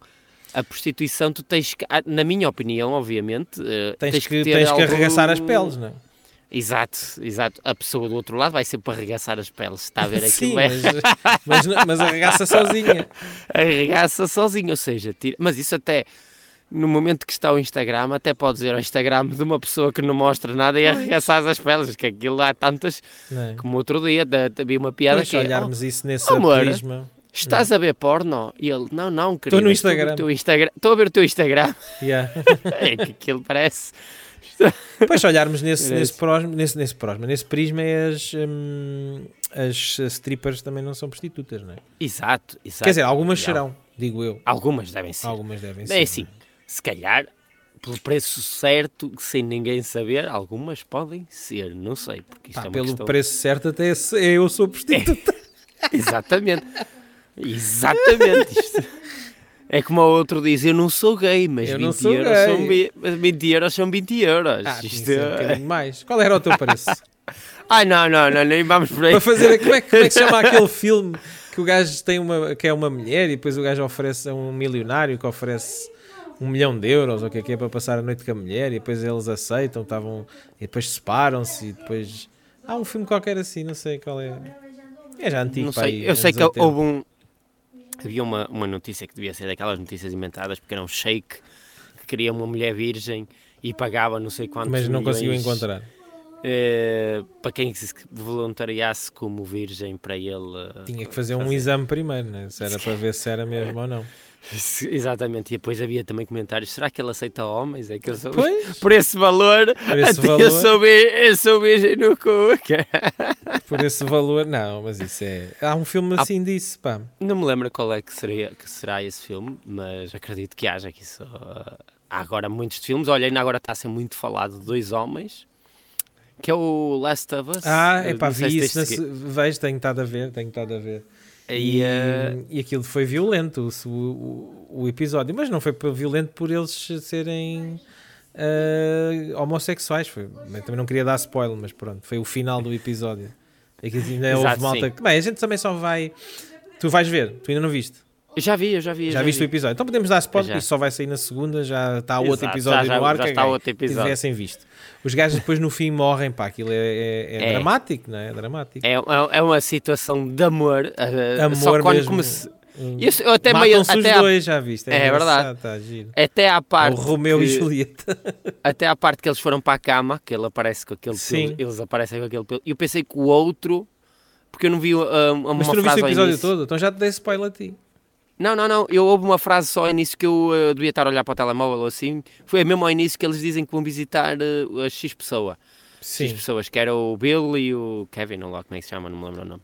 Speaker 2: a prostituição, tu tens que, ah, na minha opinião, obviamente, eh,
Speaker 1: Tens, que,
Speaker 2: ter
Speaker 1: tens que
Speaker 2: algum-
Speaker 1: arregaçar as peles, não é?
Speaker 2: Exato, exato. A pessoa do outro lado vai sempre arregaçar as peles, está a ver
Speaker 1: Sim,
Speaker 2: aquilo, é,
Speaker 1: mas, mas, não- mas arregaça sozinha.
Speaker 2: arregaça sozinho, ou seja, tira... mas isso até no momento que está o Instagram, até pode dizer ao Instagram de uma pessoa que não mostra nada e arregaçar as peles, que aquilo há tantas,
Speaker 1: Não é?
Speaker 2: como outro dia, da, havia uma piada
Speaker 1: Mas
Speaker 2: que
Speaker 1: se
Speaker 2: é,
Speaker 1: olharmos isso nesse
Speaker 2: oh, amor,
Speaker 1: prisma.
Speaker 2: "Oh, estás a ver porno? E ele, não, não, querido,
Speaker 1: no
Speaker 2: estou a ver o
Speaker 1: Instagram."
Speaker 2: teu Instagram- Estou a ver o teu Instagram,
Speaker 1: yeah.
Speaker 2: é que aquilo parece...
Speaker 1: Pois, se olharmos nesse,
Speaker 2: Era
Speaker 1: nesse, prosma, nesse, nesse, prosma, nesse prisma, é as, hum, as strippers também não são prostitutas, não é?
Speaker 2: Exato, exato.
Speaker 1: Quer dizer, algumas
Speaker 2: Não.
Speaker 1: serão, digo eu.
Speaker 2: Algumas devem ser.
Speaker 1: Algumas devem ser.
Speaker 2: É assim, se calhar, pelo preço certo, sem ninguém saber, algumas podem ser, não sei, porque isto
Speaker 1: Pá,
Speaker 2: é uma
Speaker 1: pelo
Speaker 2: questão...
Speaker 1: preço certo, até se- eu sou prostituta.
Speaker 2: Exatamente. Exatamente. Isto. É como o outro diz, eu não sou gay, mas
Speaker 1: Eu
Speaker 2: 20,
Speaker 1: não sou
Speaker 2: euros
Speaker 1: gay.
Speaker 2: São, vi- mas 20 euros são 20 euros.
Speaker 1: Ah, tinha que
Speaker 2: Isto
Speaker 1: ser um
Speaker 2: é-
Speaker 1: bocadinho mais. Qual era o teu preço?
Speaker 2: Ai, não, não, não, nem vamos por aí.
Speaker 1: Para fazer. Como é, que- como é que chama aquele filme que o gajo tem uma. que é uma mulher e depois o gajo oferece a um milionário que oferece. Um milhão de euros, ou o que é que é, para passar a noite com a mulher, e depois eles aceitam, estavam. e depois separam-se, e depois. Há um filme qualquer assim, não sei qual é. É já antigo,
Speaker 2: Não
Speaker 1: pá, aí,
Speaker 2: sei, eu sei
Speaker 1: anos
Speaker 2: que
Speaker 1: 80.
Speaker 2: houve um. Havia uma, uma notícia que devia ser daquelas notícias inventadas, porque era um shake que queria uma mulher virgem e pagava não sei quantos
Speaker 1: Mas não conseguiu
Speaker 2: milhões,
Speaker 1: encontrar.
Speaker 2: eh, para quem se voluntariasse como virgem para ele. eh,
Speaker 1: Tinha que fazer um exame primeiro, né? Se era para ver se era mesmo ou não.
Speaker 2: se- Exatamente, e depois havia também comentários: será que ele aceita homens? É que eu sou.
Speaker 1: Pois.
Speaker 2: Por esse valor,
Speaker 1: esse
Speaker 2: até
Speaker 1: valor.
Speaker 2: Eu, sou vi- eu sou virgem no cu.
Speaker 1: Por esse valor, não, mas isso é. Há um filme
Speaker 2: Ah,
Speaker 1: assim disso, pá.
Speaker 2: Não me lembro qual é que, seria, que será esse filme, mas acredito que haja aqui só. Há agora muitos filmes. Olha, ainda agora está a ser muito falado de dois homens, que é o Last of Us.
Speaker 1: Ah, é
Speaker 2: Eu
Speaker 1: pá,
Speaker 2: não sei
Speaker 1: vi
Speaker 2: se
Speaker 1: isso. Na...
Speaker 2: tens seguido.
Speaker 1: Vejo, tenho estado a ver, tenho estado a ver.
Speaker 2: E, eh,
Speaker 1: e aquilo foi violento, o, o, o episódio. Mas não foi por- violento por eles serem eh, ah, homossexuais. Foi. mas Também não queria dar spoiler, mas pronto, foi o final do episódio. É que ainda
Speaker 2: Exato,
Speaker 1: houve malta
Speaker 2: sim.
Speaker 1: que. Bem, a gente também só vai. Tu vais ver, tu ainda não viste.
Speaker 2: Eu Já vi, eu já vi. eu
Speaker 1: Já viste o
Speaker 2: vi.
Speaker 1: episódio. Então podemos dar spot,
Speaker 2: Já.
Speaker 1: isso só vai sair na segunda, já está
Speaker 2: Exato,
Speaker 1: outro episódio
Speaker 2: já- já-
Speaker 1: no ar.
Speaker 2: já
Speaker 1: que
Speaker 2: está
Speaker 1: alguém
Speaker 2: outro episódio.
Speaker 1: Tivessem visto. Os gajos depois no fim morrem, pá, aquilo é, é- é
Speaker 2: É.
Speaker 1: dramático, não é? É dramático.
Speaker 2: É, é, é uma situação de amor. eh, só
Speaker 1: Amor
Speaker 2: quando
Speaker 1: mesmo.
Speaker 2: comece-
Speaker 1: Hum.
Speaker 2: Isso, É. eu até meio.
Speaker 1: Matam-se os
Speaker 2: Até, a-
Speaker 1: dois, já viste.
Speaker 2: É
Speaker 1: engraçado,
Speaker 2: verdade.
Speaker 1: Tá, giro.
Speaker 2: até à
Speaker 1: É O
Speaker 2: parte.
Speaker 1: Romeu e
Speaker 2: que-
Speaker 1: Julieta.
Speaker 2: Até à parte que eles foram para a cama, que ele aparece com aquele
Speaker 1: Sim.
Speaker 2: pelo, eles aparecem com aquele pelo. E eu pensei que o outro, porque eu não vi ah, uma
Speaker 1: Mas tu
Speaker 2: frase
Speaker 1: não viste o
Speaker 2: ao
Speaker 1: episódio
Speaker 2: início.
Speaker 1: todo? Então já te dei spoiler a ti.
Speaker 2: Não, não, não, eu houve uma frase só ao início que eu ah, devia estar a olhar para o telemóvel ou assim. Foi mesmo ao início que eles dizem que vão visitar ah, a X pessoa. X
Speaker 1: Sim.
Speaker 2: pessoas, que era o Bill e o Kevin, ou lá como é que se chama, não me lembro o nome.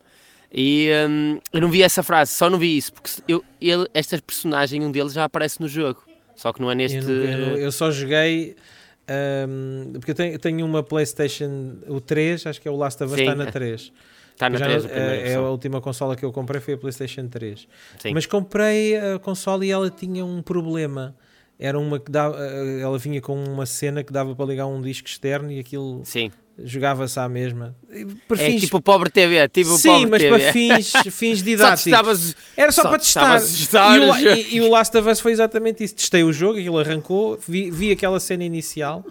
Speaker 2: E hum, eu não vi essa frase, só não vi isso, porque se- eu, ele, esta personagem, um deles já aparece no jogo. Só que não é neste.
Speaker 1: Eu, nunca- eu- eu só joguei. hum, porque eu tenho, eu tenho uma PlayStation, o 3, acho que é o Last of Us,
Speaker 2: Sim,
Speaker 1: está na
Speaker 2: é.
Speaker 1: 3.
Speaker 2: Está na
Speaker 1: Já
Speaker 2: 3
Speaker 1: não-
Speaker 2: a primeira
Speaker 1: é, é a
Speaker 2: versão.
Speaker 1: última consola que eu comprei foi a PlayStation 3.
Speaker 2: Sim.
Speaker 1: Mas comprei a consola e ela tinha um problema. Era uma que dava, eh, ela vinha com uma cena que dava para ligar um disco externo e aquilo
Speaker 2: Sim.
Speaker 1: jogava-se à mesma. E Para
Speaker 2: É
Speaker 1: fins-
Speaker 2: tipo o pobre TV, tipo o
Speaker 1: Sim,
Speaker 2: pobre
Speaker 1: mas
Speaker 2: TV.
Speaker 1: para fins, fins
Speaker 2: Só
Speaker 1: didáticos.
Speaker 2: testavas.
Speaker 1: Era só,
Speaker 2: só
Speaker 1: para testar.
Speaker 2: testavas testar
Speaker 1: E, o,
Speaker 2: o jogo.
Speaker 1: e- e o Last of Us foi exatamente isso. Testei o jogo, aquilo arrancou, vi, vi aquela cena inicial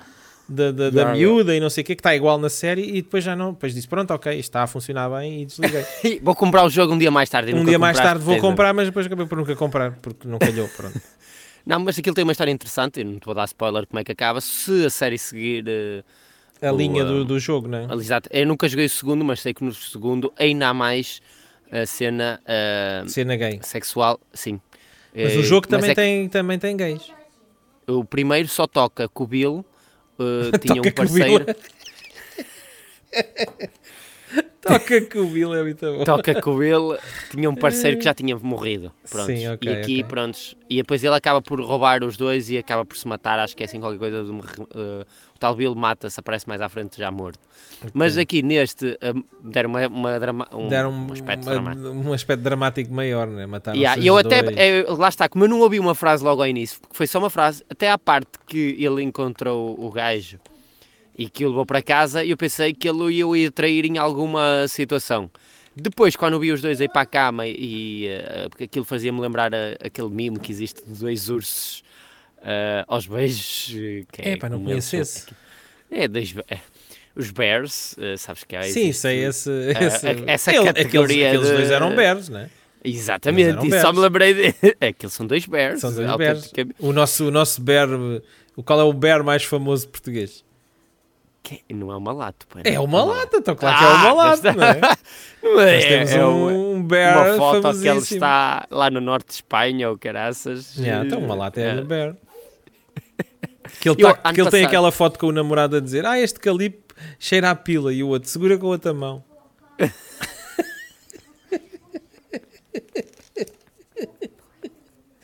Speaker 1: da, da, da
Speaker 2: Claro.
Speaker 1: miúda e não sei o que, que está igual na série, e depois já não. Depois disse: pronto, ok, isto está a funcionar bem e desliguei.
Speaker 2: Ih, Vou comprar o jogo um dia mais tarde. e
Speaker 1: um
Speaker 2: nunca
Speaker 1: dia mais
Speaker 2: compraste,
Speaker 1: tarde vou
Speaker 2: certeza.
Speaker 1: comprar, mas depois acabei por nunca comprar, porque não calhou, pronto.
Speaker 2: Não, mas aquilo tem uma história interessante. Eu não te vou dar spoiler como é que acaba. Se a série seguir. eh,
Speaker 1: A
Speaker 2: O,
Speaker 1: linha do,
Speaker 2: um,
Speaker 1: do jogo, não é?
Speaker 2: Exato. Eu nunca joguei o segundo, mas sei que no segundo ainda há mais a cena ah,
Speaker 1: Cena gay.
Speaker 2: sexual, sim.
Speaker 1: Mas
Speaker 2: Eh,
Speaker 1: o jogo
Speaker 2: mas
Speaker 1: também,
Speaker 2: é que
Speaker 1: tem, também tem gays.
Speaker 2: O primeiro só toca com o Bill, eh, tinha um
Speaker 1: Toca com o Bill.
Speaker 2: parceiro.
Speaker 1: Toca que Tá, o Bill é muito bom.
Speaker 2: toca com ele, tinha um parceiro que já tinha morrido. Prontos.
Speaker 1: Sim, ok,
Speaker 2: e aqui,
Speaker 1: ok.
Speaker 2: prontos. E depois ele acaba por roubar os dois e acaba por se matar. Acho que é assim qualquer coisa. De um, re- eh, o tal Bill mata-se, aparece mais à frente já morto. Mas aqui neste eh, deram uma, uma drama, um,
Speaker 1: Deram
Speaker 2: um
Speaker 1: um,
Speaker 2: aspecto
Speaker 1: uma-
Speaker 2: dramático.
Speaker 1: um aspecto dramático maior, né? Mataram
Speaker 2: Yeah, e eu até, eh, lá está, como eu não ouvi uma frase logo ao início, porque foi só uma frase, até à parte que ele encontrou o gajo e que o levou para casa, eu pensei que ele o ia- o ia trair em alguma situação. Depois, quando eu vi os dois aí para a cama, e eh, porque aquilo fazia-me lembrar a- aquele mimo que existe de dois ursos eh, aos beijos. eh, Que
Speaker 1: É, pá, não
Speaker 2: como
Speaker 1: conheço
Speaker 2: eles-
Speaker 1: esse.
Speaker 2: É, dois, be- eh, os bears, eh, sabes que há
Speaker 1: Sim,
Speaker 2: existe-
Speaker 1: sei esse. esse-
Speaker 2: é- essa
Speaker 1: ele-
Speaker 2: categoria
Speaker 1: Aqueles, aqueles dois
Speaker 2: de-
Speaker 1: eram bears, né? Mas
Speaker 2: Exatamente,
Speaker 1: eram
Speaker 2: e
Speaker 1: bears.
Speaker 2: só me lembrei de... É que eles são dois bears.
Speaker 1: São dois bears.
Speaker 2: autenticamente.
Speaker 1: O nosso, o nosso bear. O qual é o bear mais famoso português?
Speaker 2: Que- Não é uma lata, pá.
Speaker 1: É
Speaker 2: não
Speaker 1: o Malato, então claro que é
Speaker 2: Ah,
Speaker 1: o Malato, não
Speaker 2: mas-
Speaker 1: é?
Speaker 2: Não é,
Speaker 1: Nós temos
Speaker 2: é um-
Speaker 1: um, bear
Speaker 2: uma foto que ele
Speaker 1: famosíssimo.
Speaker 2: está lá no norte de Espanha ou caraças.
Speaker 1: Yeah, então uma lata é
Speaker 2: É.
Speaker 1: no Bear. Que ele,
Speaker 2: Eu,
Speaker 1: tá-
Speaker 2: ano
Speaker 1: que ele tem
Speaker 2: passado-
Speaker 1: aquela foto com o namorado a dizer: Ah, este calipe cheira a pila e o outro segura com a outra mão.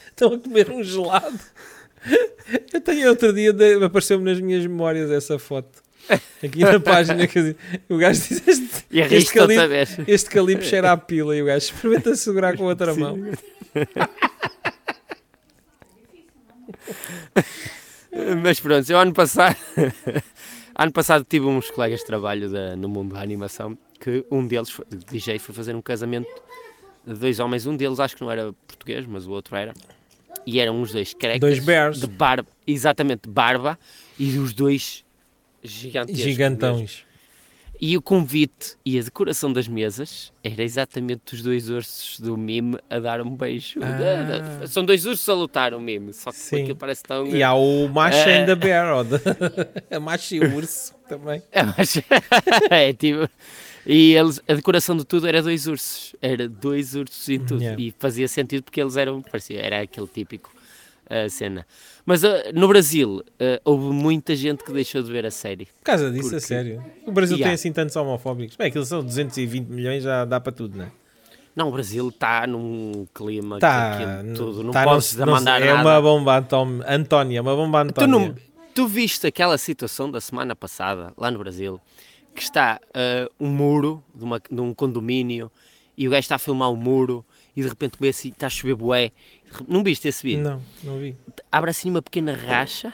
Speaker 1: Estão a comer um gelado. Eu tenho outro dia, de- apareceu-me nas minhas memórias essa foto. Aqui na página, que eu digo, o gajo diz: Este,
Speaker 2: E
Speaker 1: este,
Speaker 2: arrisca outra
Speaker 1: calipe,
Speaker 2: vez.
Speaker 1: este calipe cheira a pila e o gajo experimenta segurar com a outra
Speaker 2: Sim.
Speaker 1: mão.
Speaker 2: Mas pronto, eu ano passado... ano passado tive uns colegas de trabalho da- no mundo da animação que um deles, foi- DJ, foi fazer um casamento de dois homens. Um deles acho que não era português, mas o outro era. E eram os dois carecas.
Speaker 1: Dois bears.
Speaker 2: De barba, exatamente, de barba. E os dois gigantescos. mesmo.
Speaker 1: Gigantões.
Speaker 2: E o convite e a decoração das mesas era exatamente os dois ursos do mime a dar um beijo.
Speaker 1: Ah.
Speaker 2: São dois ursos a lutar o mime, só que
Speaker 1: Sim.
Speaker 2: aquilo parece tão.
Speaker 1: E há o macho
Speaker 2: É.
Speaker 1: ainda bear, ou de- a macho e o urso também.
Speaker 2: É, mas- é tipo. E eles, a decoração de tudo era dois ursos. Era dois ursos em tudo.
Speaker 1: Yeah.
Speaker 2: E fazia sentido porque eles eram. Parecia, era aquele típico ah, cena. Mas ah, no Brasil, ah, houve muita gente que deixou de ver a série.
Speaker 1: Por causa disso, a
Speaker 2: Porque-
Speaker 1: sério. O Brasil
Speaker 2: Yeah.
Speaker 1: tem assim tantos homofóbicos. Bem, aquilo são 220 milhões, já dá para tudo, né?
Speaker 2: Não, o Brasil está num clima que
Speaker 1: Tá,
Speaker 2: aquilo tudo. Não
Speaker 1: tá,
Speaker 2: podes
Speaker 1: não se-
Speaker 2: demandar
Speaker 1: É
Speaker 2: nada.
Speaker 1: uma bomba Antom, Antónia, é uma bomba
Speaker 2: Tu,
Speaker 1: Antónia.
Speaker 2: não, tu viste aquela situação da semana passada, lá no Brasil, que está ah, um muro de, uma- de um condomínio e o gajo está a filmar o muro e de repente vê assim, está a chover bué. Não viste esse vídeo?
Speaker 1: Não, não vi.
Speaker 2: Abre assim uma pequena racha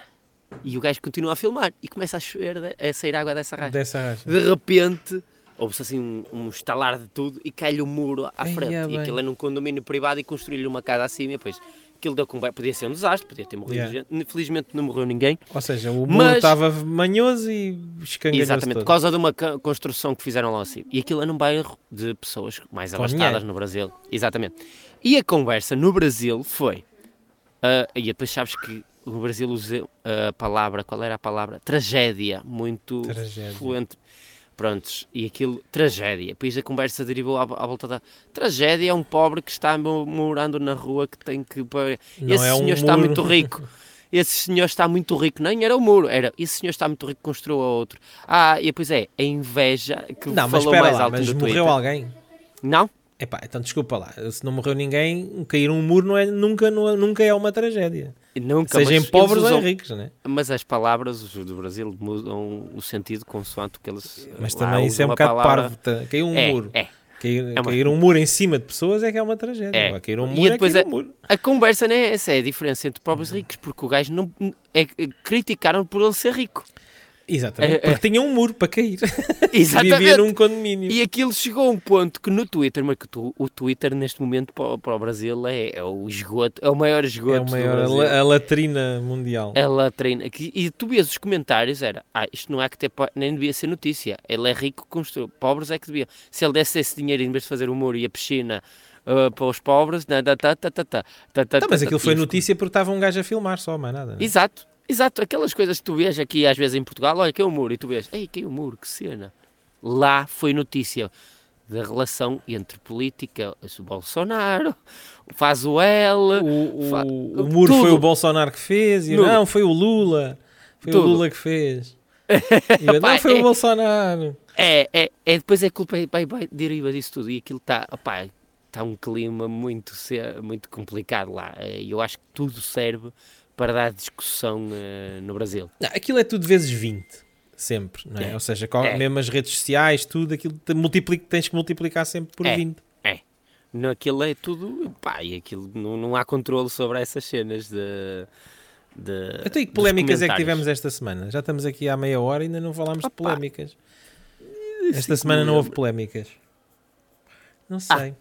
Speaker 2: e o gajo continua a filmar e começa a chover, de- a sair água dessa racha.
Speaker 1: Dessa racha.
Speaker 2: De repente, Houve-se assim um, um estalar de tudo e cai-lhe o muro à
Speaker 1: Ai,
Speaker 2: frente.
Speaker 1: é
Speaker 2: e
Speaker 1: bem.
Speaker 2: aquilo é num condomínio privado e construí-lhe uma casa assim e depois aquilo deu com... Podia ser um desastre, podia ter morrido
Speaker 1: Yeah.
Speaker 2: gente. Felizmente não morreu ninguém.
Speaker 1: Ou seja, o
Speaker 2: Mas-
Speaker 1: muro estava manhoso e escangalhou-se
Speaker 2: Exatamente, por
Speaker 1: todo.
Speaker 2: causa de uma ca- construção que fizeram lá assim. E aquilo era um bairro de pessoas mais abastadas
Speaker 1: dinheiro.
Speaker 2: no Brasil. Exatamente. E a conversa no Brasil foi. ah, e depois sabes que o Brasil usou a palavra, qual era a palavra? Tragédia, muito
Speaker 1: Tragédia.
Speaker 2: fluente. Prontos, e aquilo, tragédia. Depois a conversa derivou à, à volta da. Tragédia é um pobre que está mo- morando na rua que tem que. pa-
Speaker 1: Não
Speaker 2: Esse
Speaker 1: é um
Speaker 2: senhor está
Speaker 1: muro.
Speaker 2: muito rico. Esse senhor está muito rico, nem era o muro, era esse senhor está muito rico, construiu a outro. Ah, e depois é, a inveja que
Speaker 1: Não, mas
Speaker 2: falou
Speaker 1: espera
Speaker 2: mais
Speaker 1: lá,
Speaker 2: alto
Speaker 1: mas
Speaker 2: no
Speaker 1: morreu
Speaker 2: Twitter.
Speaker 1: alguém?
Speaker 2: Não?
Speaker 1: Epá, então desculpa lá, se não morreu ninguém, cair um muro não é, nunca, não é- nunca é uma tragédia.
Speaker 2: Nunca. mas
Speaker 1: Sejam
Speaker 2: eles
Speaker 1: pobres ou
Speaker 2: usam-
Speaker 1: ricos, né?
Speaker 2: Mas as palavras os do Brasil mudam o sentido consoante o que eles.
Speaker 1: Mas
Speaker 2: lá
Speaker 1: também isso é
Speaker 2: usam
Speaker 1: um
Speaker 2: a
Speaker 1: bocado
Speaker 2: palavra.
Speaker 1: parvo. tá? Caiu um
Speaker 2: é,
Speaker 1: muro.
Speaker 2: é.
Speaker 1: Cair,
Speaker 2: É uma-
Speaker 1: cair um muro em cima de pessoas é que é uma tragédia.
Speaker 2: É.
Speaker 1: Agora, Cair um
Speaker 2: E
Speaker 1: muro é
Speaker 2: depois
Speaker 1: cair
Speaker 2: é-
Speaker 1: um muro.
Speaker 2: A conversa não é essa, é a diferença entre pobres e ricos, porque o gajo não. É, é- criticaram por ele ser rico.
Speaker 1: Exatamente,
Speaker 2: É, é.
Speaker 1: porque tinha um muro para cair. Vivia
Speaker 2: Exatamente.
Speaker 1: num condomínio. É
Speaker 2: E aquilo chegou a um ponto que no Twitter, mas que tu- o Twitter neste momento para, o- para o Brasil é, é o esgoto, é o maior esgoto.
Speaker 1: É a maior a,
Speaker 2: do Brasil. É,
Speaker 1: la- a latrina mundial.
Speaker 2: Ela treina aqui e tu vias os comentários, era ah, isto não há que ter, po- nem devia ser notícia. Ele é rico, construiu, pobres é que devia. Se ele desse esse dinheiro em vez de fazer o muro e a piscina ah, para os pobres, na, tá, tá, tá, tá, tá, tá, tá,
Speaker 1: Tá, mas
Speaker 2: tá,
Speaker 1: aquilo
Speaker 2: tá.
Speaker 1: foi
Speaker 2: E os-
Speaker 1: notícia porque estava um gajo a filmar só, mais nada. né?
Speaker 2: Exato, exato, aquelas coisas que tu vês aqui às vezes em Portugal, olha, caiu o muro, e tu vês, ei, caiu o muro, que cena. Lá foi notícia da relação entre política, o Bolsonaro, faz o L,
Speaker 1: O, o-
Speaker 2: Fa-
Speaker 1: o muro
Speaker 2: tudo.
Speaker 1: foi o Bolsonaro que fez, e
Speaker 2: Tudo.
Speaker 1: não, foi o Lula. Foi o
Speaker 2: Tudo.
Speaker 1: Lula que fez. E eu,
Speaker 2: Epá,
Speaker 1: não, foi
Speaker 2: é-
Speaker 1: o Bolsonaro.
Speaker 2: é, é, é, depois é culpa, é, vai, vai, deriva disso tudo, e aquilo está, opá, está um clima muito, se- muito complicado lá, e eu acho que tudo serve para dar discussão eh, no Brasil.
Speaker 1: Não, aquilo é tudo vezes 20, sempre, não é?
Speaker 2: É.
Speaker 1: Ou seja, qual-
Speaker 2: É.
Speaker 1: mesmo as redes sociais, tudo, aquilo te multiplica, tens que multiplicar sempre por
Speaker 2: É.
Speaker 1: 20.
Speaker 2: É. Não, aquilo é tudo. Pá, e aquilo não, não há controle sobre essas cenas de. de
Speaker 1: Então, e que
Speaker 2: dos
Speaker 1: polémicas é que
Speaker 2: comentários.
Speaker 1: tivemos esta semana? Já estamos aqui há meia hora e ainda não falámos de
Speaker 2: Opa.
Speaker 1: polémicas. Esta
Speaker 2: que
Speaker 1: semana
Speaker 2: me
Speaker 1: não houve
Speaker 2: lembro.
Speaker 1: polémicas. Não
Speaker 2: Ah,
Speaker 1: sei.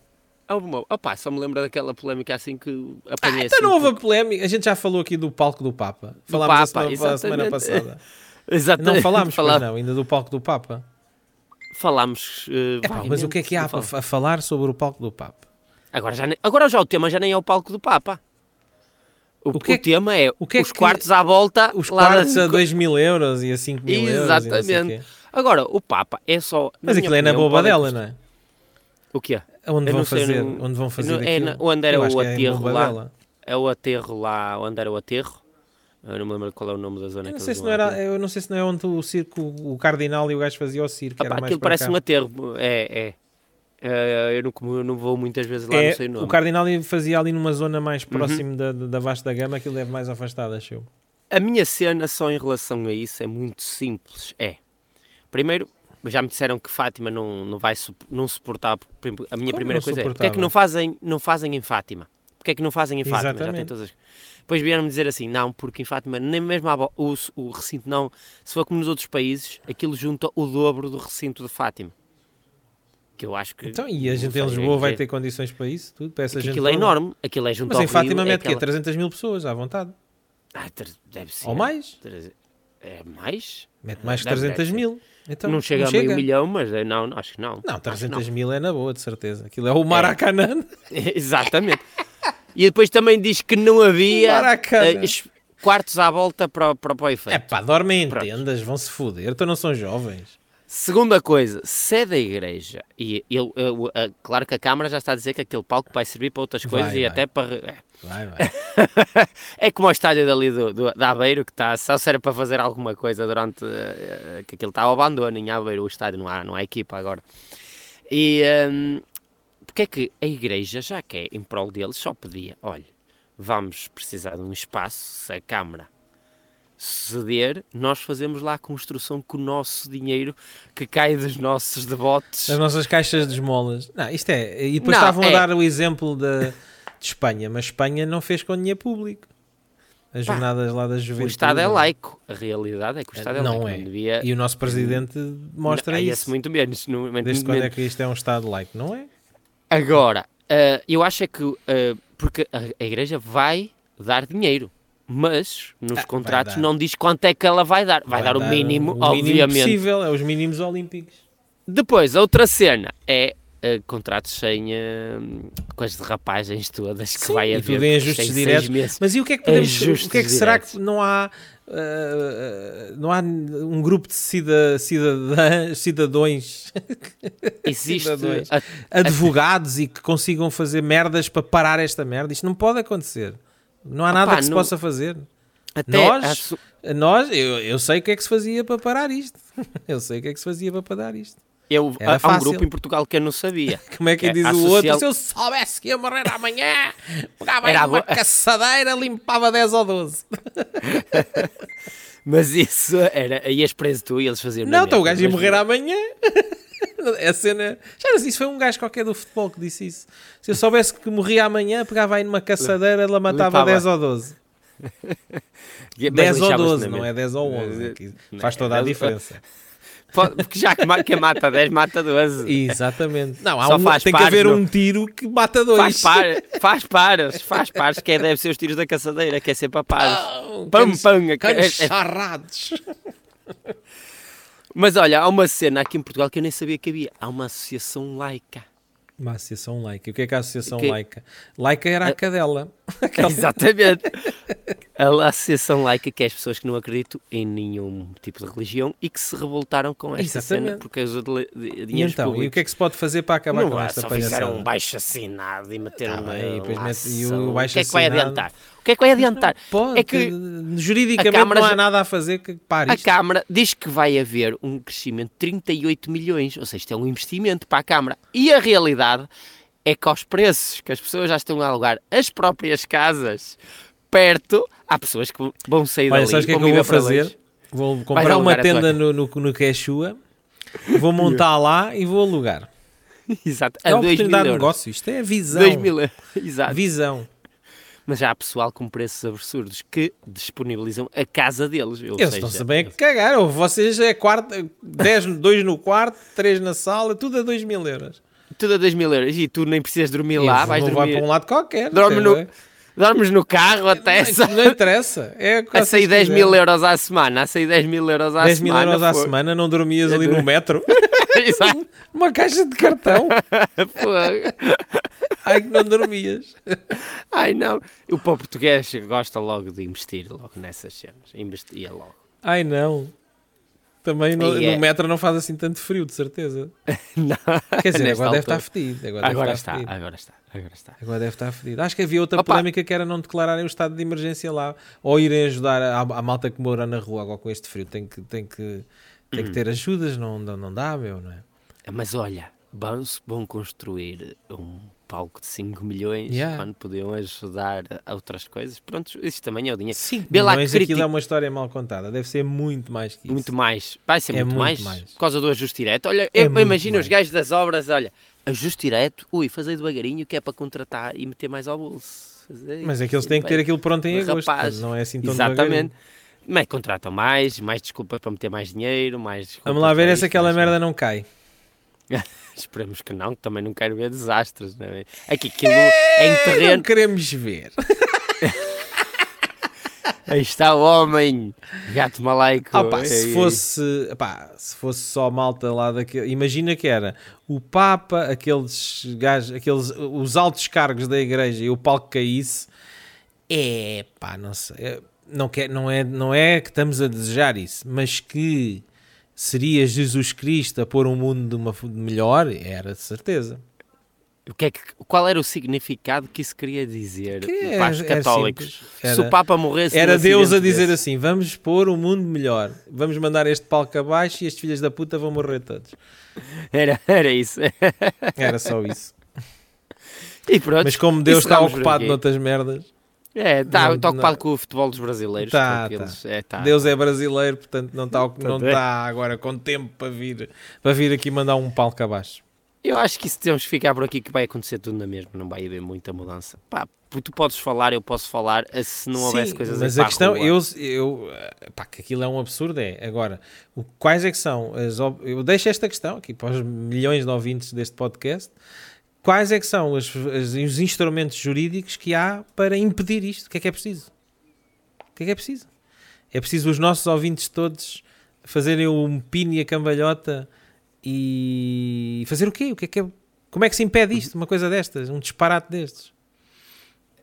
Speaker 2: Houve uma- opá, só me lembro daquela polémica assim que
Speaker 1: Ah,
Speaker 2: apanhei
Speaker 1: então
Speaker 2: assim,
Speaker 1: não houve a polémica. A gente já falou aqui do palco do Papa. Falámos a
Speaker 2: Papa,
Speaker 1: semana- a, semana,
Speaker 2: exatamente.
Speaker 1: passada.
Speaker 2: Exatamente.
Speaker 1: Não falámos,
Speaker 2: Falá-
Speaker 1: pois não, ainda do palco do Papa.
Speaker 2: Falámos. eh,
Speaker 1: Epá, mas o que é que há
Speaker 2: vagamente,
Speaker 1: a falar sobre o palco do Papa?
Speaker 2: Agora já, nem- agora já o tema já nem é o palco do Papa. O,
Speaker 1: O que é
Speaker 2: o
Speaker 1: que-
Speaker 2: tema é
Speaker 1: o que é
Speaker 2: os
Speaker 1: que-
Speaker 2: quartos à volta.
Speaker 1: Os
Speaker 2: lá
Speaker 1: quartos
Speaker 2: das-
Speaker 1: a 2 mil euros e a 5 mil euros. e não sei o quê.
Speaker 2: Exatamente. Agora, o Papa é só. na
Speaker 1: Mas
Speaker 2: minha
Speaker 1: aquilo é na
Speaker 2: opinião,
Speaker 1: boba
Speaker 2: podem
Speaker 1: dela,
Speaker 2: cust-
Speaker 1: não é?
Speaker 2: O que é?
Speaker 1: Onde
Speaker 2: Eu
Speaker 1: vão,
Speaker 2: não sei,
Speaker 1: fazer,
Speaker 2: não-
Speaker 1: onde vão fazer
Speaker 2: não- é
Speaker 1: aquilo?
Speaker 2: na- onde era
Speaker 1: Eu
Speaker 2: o
Speaker 1: acho que é em
Speaker 2: aterro lá.
Speaker 1: Bobadela.
Speaker 2: É o aterro lá, onde era o aterro. Eu não me lembro qual é o nome da zona
Speaker 1: Eu não,
Speaker 2: que
Speaker 1: sei
Speaker 2: eles
Speaker 1: se
Speaker 2: vão
Speaker 1: não era,
Speaker 2: aterro.
Speaker 1: eu não sei se não é onde o circo, o cardinal e o gajo fazia o circo.
Speaker 2: Ah
Speaker 1: era
Speaker 2: pá,
Speaker 1: mais
Speaker 2: aquilo
Speaker 1: para
Speaker 2: parece
Speaker 1: cá.
Speaker 2: um aterro. É, é. É, eu, não, como eu não vou muitas vezes lá, não
Speaker 1: É,
Speaker 2: sei o nome. Uhum.
Speaker 1: o Cardinal fazia ali numa zona mais próxima da, da Vasta da Gama, aquilo é mais afastado, acho eu.
Speaker 2: A minha cena só em relação a isso é muito simples. É. Primeiro, já me disseram que Fátima não, não vai sup- não suportar. A minha
Speaker 1: Como
Speaker 2: primeira
Speaker 1: não
Speaker 2: coisa é: porque é que
Speaker 1: suportava?
Speaker 2: não fazem, não fazem em Fátima? Porque é que não fazem em Fátima? Já tem
Speaker 1: Exatamente.
Speaker 2: todas as... Depois vieram-me dizer assim: não, porque em Fátima, nem mesmo há bo- o, o recinto, não. Se for como nos outros países, aquilo junta o dobro do recinto de Fátima. Que eu acho que.
Speaker 1: Então, e a
Speaker 2: não
Speaker 1: gente
Speaker 2: sei,
Speaker 1: em
Speaker 2: é
Speaker 1: Lisboa vai
Speaker 2: que-
Speaker 1: ter condições para isso? Tudo, para essa
Speaker 2: que
Speaker 1: gente
Speaker 2: Aquilo é
Speaker 1: toda?
Speaker 2: enorme, aquilo é junto
Speaker 1: então- Mas
Speaker 2: ao
Speaker 1: em Fátima
Speaker 2: Rio, é
Speaker 1: mete
Speaker 2: aquela...
Speaker 1: quê? 300 mil pessoas, à vontade.
Speaker 2: Ah, tre- deve ser.
Speaker 1: Ou mais?
Speaker 2: Tre- É mais?
Speaker 1: Mete mais que
Speaker 2: Deve-
Speaker 1: 300
Speaker 2: deve
Speaker 1: mil. Então,
Speaker 2: não chega a meio milhão, mas eh, não, não, acho que não.
Speaker 1: Não,
Speaker 2: Acho que
Speaker 1: 300 mil é na boa, de certeza. Aquilo é o Maracanã.
Speaker 2: Exatamente. E depois também diz que não havia
Speaker 1: Maracanã.
Speaker 2: eh, es- quartos à volta para, o- para, o
Speaker 1: É
Speaker 2: efeito.
Speaker 1: pá, dormem em
Speaker 2: Pronto.
Speaker 1: tendas, vão-se foder. Então não são jovens.
Speaker 2: Segunda coisa, se é da igreja, e ele, eh, o- a- claro que a Câmara já está a dizer que aquele palco vai servir para outras coisas e
Speaker 1: vai.
Speaker 2: até para. é.
Speaker 1: Vai, vai.
Speaker 2: É como o estádio dali do, do, da Aveiro, que está só serve para fazer alguma coisa durante. eh, eh, que aquilo está ao abandono em Aveiro, o estádio não há, não há equipa agora. E hum, porque é que a igreja, já que é em prol deles, só pedia: olha, vamos precisar de um espaço, se a Câmara ceder, nós fazemos lá a construção com o nosso dinheiro que cai dos nossos devotos.
Speaker 1: As nossas caixas de esmolas. Não, isto é. E depois
Speaker 2: Não,
Speaker 1: estavam
Speaker 2: é.
Speaker 1: a dar o exemplo da de Espanha, mas Espanha não fez com dinheiro público. as jornadas lá da juventude.
Speaker 2: O Estado é laico. A realidade é que o Estado é
Speaker 1: não
Speaker 2: laico.
Speaker 1: é.
Speaker 2: Não devia...
Speaker 1: E o nosso presidente mostra
Speaker 2: Ah, esse
Speaker 1: isso.
Speaker 2: muito menos. No, muito
Speaker 1: Desde quando é
Speaker 2: menos.
Speaker 1: que isto é um Estado laico, não é?
Speaker 2: Agora, ah, eu acho é que... ah, porque a, a Igreja vai dar dinheiro. Mas nos
Speaker 1: Ah, vai
Speaker 2: contratos
Speaker 1: dar.
Speaker 2: não diz quanto é que ela vai dar. Vai, dar, o mínimo,
Speaker 1: o mínimo
Speaker 2: obviamente.
Speaker 1: possível, é os mínimos olímpicos.
Speaker 2: Depois, a outra cena é eh, contratos sem eh, com as derrapagens todas que vai
Speaker 1: e tudo
Speaker 2: haver.
Speaker 1: em
Speaker 2: porque
Speaker 1: ajustes
Speaker 2: tem seis
Speaker 1: diretos.
Speaker 2: meses.
Speaker 1: Mas e o que é que podemos,
Speaker 2: Ajustes
Speaker 1: o que é que será
Speaker 2: diretos.
Speaker 1: que não há ah, não há um grupo de cida, cidadãs, cidadões,
Speaker 2: Existe
Speaker 1: cidadãos.
Speaker 2: a-
Speaker 1: advogados e que consigam fazer merdas para parar esta merda? Isto não pode acontecer. Não há nada
Speaker 2: Opá,
Speaker 1: que se
Speaker 2: não-
Speaker 1: possa fazer.
Speaker 2: até
Speaker 1: Nós,
Speaker 2: a su-
Speaker 1: nós eu, eu sei o que é que se fazia para parar isto. Eu sei o que é que se fazia para parar isto.
Speaker 2: eu,
Speaker 1: era
Speaker 2: há- há um
Speaker 1: fácil.
Speaker 2: grupo em Portugal que eu não sabia.
Speaker 1: Como é que
Speaker 2: É,
Speaker 1: diz
Speaker 2: a
Speaker 1: o
Speaker 2: social-
Speaker 1: outro? Se eu soubesse que ia morrer amanhã, pegava
Speaker 2: Era
Speaker 1: era
Speaker 2: a
Speaker 1: uma
Speaker 2: bo-
Speaker 1: caçadeira, limpava 10 ou 12.
Speaker 2: Mas isso era. Ias preso tu e eles faziam. na
Speaker 1: Não, então o
Speaker 2: mesma,
Speaker 1: gajo ia
Speaker 2: mas
Speaker 1: morrer
Speaker 2: não.
Speaker 1: amanhã. A cena. Já não sei, isso foi um gajo qualquer do futebol que disse isso. Se eu soubesse que morria amanhã, pegava aí numa caçadeira, ela matava
Speaker 2: Limpava.
Speaker 1: 10 ou 12. 10 ou
Speaker 2: Mas lixavas-te
Speaker 1: 12, não
Speaker 2: na
Speaker 1: é
Speaker 2: mesma.
Speaker 1: 10 ou 11.
Speaker 2: Mas,
Speaker 1: é que
Speaker 2: não,
Speaker 1: Faz
Speaker 2: é
Speaker 1: toda a
Speaker 2: 10 ou-
Speaker 1: diferença.
Speaker 2: Pode- Porque já que ma- quem mata 10, mata 12.
Speaker 1: Exatamente. Não, há
Speaker 2: Só
Speaker 1: um-
Speaker 2: faz
Speaker 1: tem que
Speaker 2: pares,
Speaker 1: haver
Speaker 2: não-
Speaker 1: um tiro que mata dois.
Speaker 2: Faz pares, faz pares, faz pares, que é, deve ser os tiros da caçadeira, que é sempre a pares.
Speaker 1: Pão,
Speaker 2: Pam,
Speaker 1: canos-
Speaker 2: pam, é-
Speaker 1: canos
Speaker 2: é- é-
Speaker 1: charrados.
Speaker 2: Mas olha, há uma cena aqui em Portugal que eu nem sabia que havia. Há uma associação laica.
Speaker 1: Uma associação laica. E O que é que é a associação
Speaker 2: Que-
Speaker 1: laica? Laica era a cadela.
Speaker 2: Exatamente. A associação laica que é as pessoas que não acreditam em nenhum tipo de religião e que se revoltaram com esta cena
Speaker 1: Exatamente.
Speaker 2: porque os dele- de-
Speaker 1: E
Speaker 2: dinheiros
Speaker 1: então, e o
Speaker 2: públicos.
Speaker 1: que é que se pode fazer para acabar
Speaker 2: não
Speaker 1: com
Speaker 2: há,
Speaker 1: esta
Speaker 2: só fizeram um
Speaker 1: palhaçada?
Speaker 2: baixo assinado e meteram
Speaker 1: Tá
Speaker 2: uma,
Speaker 1: bem, e depois
Speaker 2: uma
Speaker 1: mete- e o
Speaker 2: ação.
Speaker 1: baixo
Speaker 2: que é que vai
Speaker 1: assinado?
Speaker 2: adiantar? O que é que vai adiantar?
Speaker 1: Pode,
Speaker 2: é que
Speaker 1: juridicamente
Speaker 2: a Câmara
Speaker 1: não há
Speaker 2: já-
Speaker 1: nada a fazer que pare
Speaker 2: a
Speaker 1: isto.
Speaker 2: Câmara diz que vai haver um crescimento de 38 milhões, ou seja, isto é um investimento para a Câmara. E a realidade é que aos preços que as pessoas já estão a alugar as próprias casas perto, há pessoas que vão sair
Speaker 1: Olha,
Speaker 2: dali.
Speaker 1: sabes o que é
Speaker 2: vão
Speaker 1: que eu vou
Speaker 2: viver para
Speaker 1: fazer?
Speaker 2: longe.
Speaker 1: Vou comprar
Speaker 2: alugar
Speaker 1: uma
Speaker 2: a tua
Speaker 1: tenda
Speaker 2: casa.
Speaker 1: no, no, no Quechua, vou montar lá e vou alugar.
Speaker 2: Exato,
Speaker 1: É
Speaker 2: a
Speaker 1: uma
Speaker 2: 2 mil
Speaker 1: oportunidade de
Speaker 2: euros.
Speaker 1: negócio, isto é visão.
Speaker 2: 2 mil euros. Exato.
Speaker 1: Visão.
Speaker 2: Mas já há pessoal com preços absurdos que disponibilizam a casa deles. Ou
Speaker 1: Eles
Speaker 2: seja,
Speaker 1: estão-se bem a cagar. ou Vocês é quarto, 10, 2 no quarto, 3 na sala, tudo a 2 mil euros.
Speaker 2: Tudo a 2 mil euros. E tu nem precisas dormir
Speaker 1: Eles
Speaker 2: lá, vais
Speaker 1: não vai
Speaker 2: dormir.
Speaker 1: para um lado qualquer.
Speaker 2: Dorme
Speaker 1: tem-
Speaker 2: no-
Speaker 1: não, é?
Speaker 2: Dormes no carro até.
Speaker 1: isso
Speaker 2: sabe?
Speaker 1: não interessa. É o que
Speaker 2: A
Speaker 1: vocês
Speaker 2: sair 10
Speaker 1: quiserem.
Speaker 2: mil euros à semana, a sair 10 mil euros à
Speaker 1: 10 mil
Speaker 2: semana.
Speaker 1: euros à
Speaker 2: fogo.
Speaker 1: semana, não dormias ali no metro?
Speaker 2: Exato,
Speaker 1: Uma caixa de cartão?
Speaker 2: fogo.
Speaker 1: Ai, que não dormias.
Speaker 2: Ai não. O povo português gosta logo de investir logo nessas cenas. Investia logo.
Speaker 1: Ai, não. Também no,
Speaker 2: E é-
Speaker 1: no metro não faz assim tanto frio, de certeza.
Speaker 2: Não.
Speaker 1: Quer dizer,
Speaker 2: Nesta
Speaker 1: agora deve
Speaker 2: altura.
Speaker 1: estar fedido. Agora, deve
Speaker 2: Agora
Speaker 1: estar
Speaker 2: está,
Speaker 1: fedido.
Speaker 2: agora está, agora está.
Speaker 1: Agora deve estar fedido. Acho que havia outra
Speaker 2: Opa.
Speaker 1: polémica que era não declararem o estado de emergência lá ou irem ajudar a, a malta que mora na rua agora com este frio. Tem que, tem que, tem que
Speaker 2: Hum.
Speaker 1: ter ajudas, não, não, não dá, meu, não é?
Speaker 2: Mas olha, vão, vão construir um palco de 5 milhões
Speaker 1: Yeah.
Speaker 2: quando podiam ajudar a outras coisas. Pronto, isso também é o dinheiro.
Speaker 1: 5
Speaker 2: Vê lá
Speaker 1: milhões,
Speaker 2: que
Speaker 1: aquilo
Speaker 2: criti-
Speaker 1: é uma história mal contada. Deve ser muito mais que isso.
Speaker 2: Muito mais. Vai ser
Speaker 1: É
Speaker 2: muito,
Speaker 1: muito
Speaker 2: mais,
Speaker 1: mais.
Speaker 2: por causa do ajuste direto. Olha,
Speaker 1: É
Speaker 2: eu
Speaker 1: muito
Speaker 2: imagino
Speaker 1: mais.
Speaker 2: os gajos das obras, olha, ajuste direto, ui, fazer devagarinho que é para contratar e meter mais ao bolso. Fazer
Speaker 1: Mas é que
Speaker 2: isso,
Speaker 1: eles têm que ter
Speaker 2: bem.
Speaker 1: aquilo pronto em agosto.
Speaker 2: Rapaz,
Speaker 1: não é assim tão devagarinho.
Speaker 2: Exatamente. Mas contratam mais, mais desculpa para meter mais dinheiro, mais desculpa
Speaker 1: Vamos lá ver
Speaker 2: para
Speaker 1: essa
Speaker 2: isto,
Speaker 1: aquela
Speaker 2: mais-
Speaker 1: merda não cai.
Speaker 2: Esperemos que não, que também não quero ver desastres. Não é? É que aquilo é em
Speaker 1: Eh, Não
Speaker 2: terreno.
Speaker 1: queremos ver.
Speaker 2: Aí está o homem, gato É malaico.
Speaker 1: Ah, pá,
Speaker 2: Ei,
Speaker 1: se
Speaker 2: ei.
Speaker 1: fosse, pá, se fosse só malta lá daquele, imagina que era o Papa, aqueles gajos, aqueles os altos cargos da igreja e o palco caísse. É, pá, não sei. é, Não, quer, não, é, não é que estamos a desejar isso, mas que seria Jesus Cristo a pôr o mundo de uma f- de melhor, era de certeza.
Speaker 2: O que é que, qual era o significado que isso queria dizer
Speaker 1: Que
Speaker 2: para os
Speaker 1: é- é
Speaker 2: católicos?
Speaker 1: simples.
Speaker 2: Se
Speaker 1: Era-
Speaker 2: o Papa morresse.
Speaker 1: Era
Speaker 2: num
Speaker 1: Deus a
Speaker 2: acidente
Speaker 1: dizer
Speaker 2: desse.
Speaker 1: assim: vamos pôr o mundo melhor, vamos mandar este palco abaixo e estes filhos da puta vão morrer todos. assim.
Speaker 2: Era, era isso.
Speaker 1: Era só isso.
Speaker 2: E pronto.
Speaker 1: Mas como Deus
Speaker 2: isso
Speaker 1: está
Speaker 2: vamos por
Speaker 1: ocupado
Speaker 2: aqui.
Speaker 1: noutras merdas,
Speaker 2: É, está
Speaker 1: Não,
Speaker 2: está ocupado
Speaker 1: não.
Speaker 2: com o futebol dos brasileiros.
Speaker 1: Tá,
Speaker 2: porque
Speaker 1: tá.
Speaker 2: eles- é, tá.
Speaker 1: Deus é brasileiro, portanto não está não
Speaker 2: Portanto, é.
Speaker 1: está agora com tempo para vir, para vir aqui mandar um palco abaixo.
Speaker 2: Eu acho que isso temos que ficar por aqui, que vai acontecer tudo na mesma. Não vai haver muita mudança. Pá, porque tu podes falar, eu posso falar, se não houvesse
Speaker 1: Sim,
Speaker 2: coisas
Speaker 1: mas a
Speaker 2: aí para
Speaker 1: questão,
Speaker 2: rua.
Speaker 1: eu, eu eh, pá, que aquilo é um absurdo, é. Agora, o- quais é que são as. ob- Eu deixo esta questão aqui para os milhões de ouvintes deste podcast. Quais é que são as- as- os instrumentos jurídicos que há para impedir isto? O que é que é preciso? O que é que é preciso? É preciso os nossos ouvintes todos fazerem um pino e a cambalhota e fazer o quê? O que é que é- Como é que se impede isto? Uma coisa destas? Um disparate destes?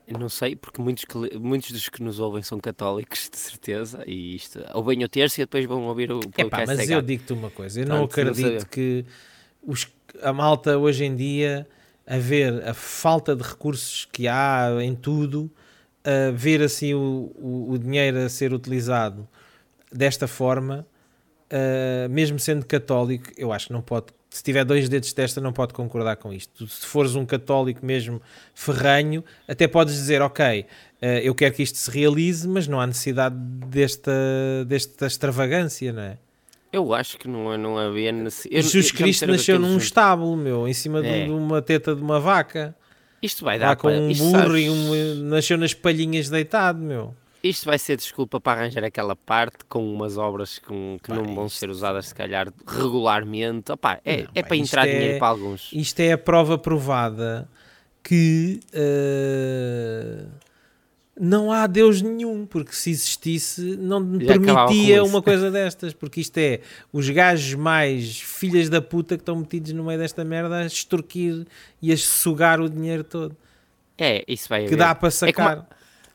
Speaker 2: Não sei, porque muitos, que li- muitos dos que nos ouvem são católicos, de certeza, e isto, ouvem o terço e depois vão ouvir o
Speaker 1: Epá,
Speaker 2: podcast
Speaker 1: mas
Speaker 2: cegado.
Speaker 1: eu digo-te uma coisa, eu não
Speaker 2: é Pronto, não
Speaker 1: acredito
Speaker 2: sabia.
Speaker 1: que os- a malta hoje em dia, a ver a falta de recursos que há em tudo, a ver assim o, o- o dinheiro a ser utilizado desta forma, ah, mesmo sendo católico, eu acho que não pode. Se tiver dois dedos de testa, não pode concordar com isto. Se fores um católico mesmo ferranho, até podes dizer: Ok, ah, eu quero que isto se realize, mas não há necessidade desta, desta extravagância, não é?
Speaker 2: Eu acho que não, não havia necessidade.
Speaker 1: Jesus Cristo nasceu num estábulo, meu, em cima de, um-
Speaker 2: É.
Speaker 1: de uma teta de uma vaca.
Speaker 2: Isto vai
Speaker 1: Lá
Speaker 2: dar
Speaker 1: com
Speaker 2: para...
Speaker 1: um
Speaker 2: isto,
Speaker 1: burro
Speaker 2: sabes,
Speaker 1: e um, nasceu nas palhinhas deitado, meu.
Speaker 2: isto vai ser desculpa para arranjar aquela parte com umas obras com- que não vão ser usadas, se calhar, regularmente. Opá, é,
Speaker 1: Não,
Speaker 2: é
Speaker 1: pá,
Speaker 2: para
Speaker 1: isto
Speaker 2: entrar
Speaker 1: é-
Speaker 2: dinheiro para alguns.
Speaker 1: Isto é a prova provada que eh, não há Deus nenhum, porque se existisse não me
Speaker 2: Já acabava
Speaker 1: permitia
Speaker 2: com isso.
Speaker 1: uma coisa destas, porque isto é os gajos mais filhas da puta que estão metidos no meio desta merda a extorquir e a sugar o dinheiro todo,
Speaker 2: É, isso vai
Speaker 1: que
Speaker 2: haver.
Speaker 1: dá para
Speaker 2: É como a-
Speaker 1: sacar.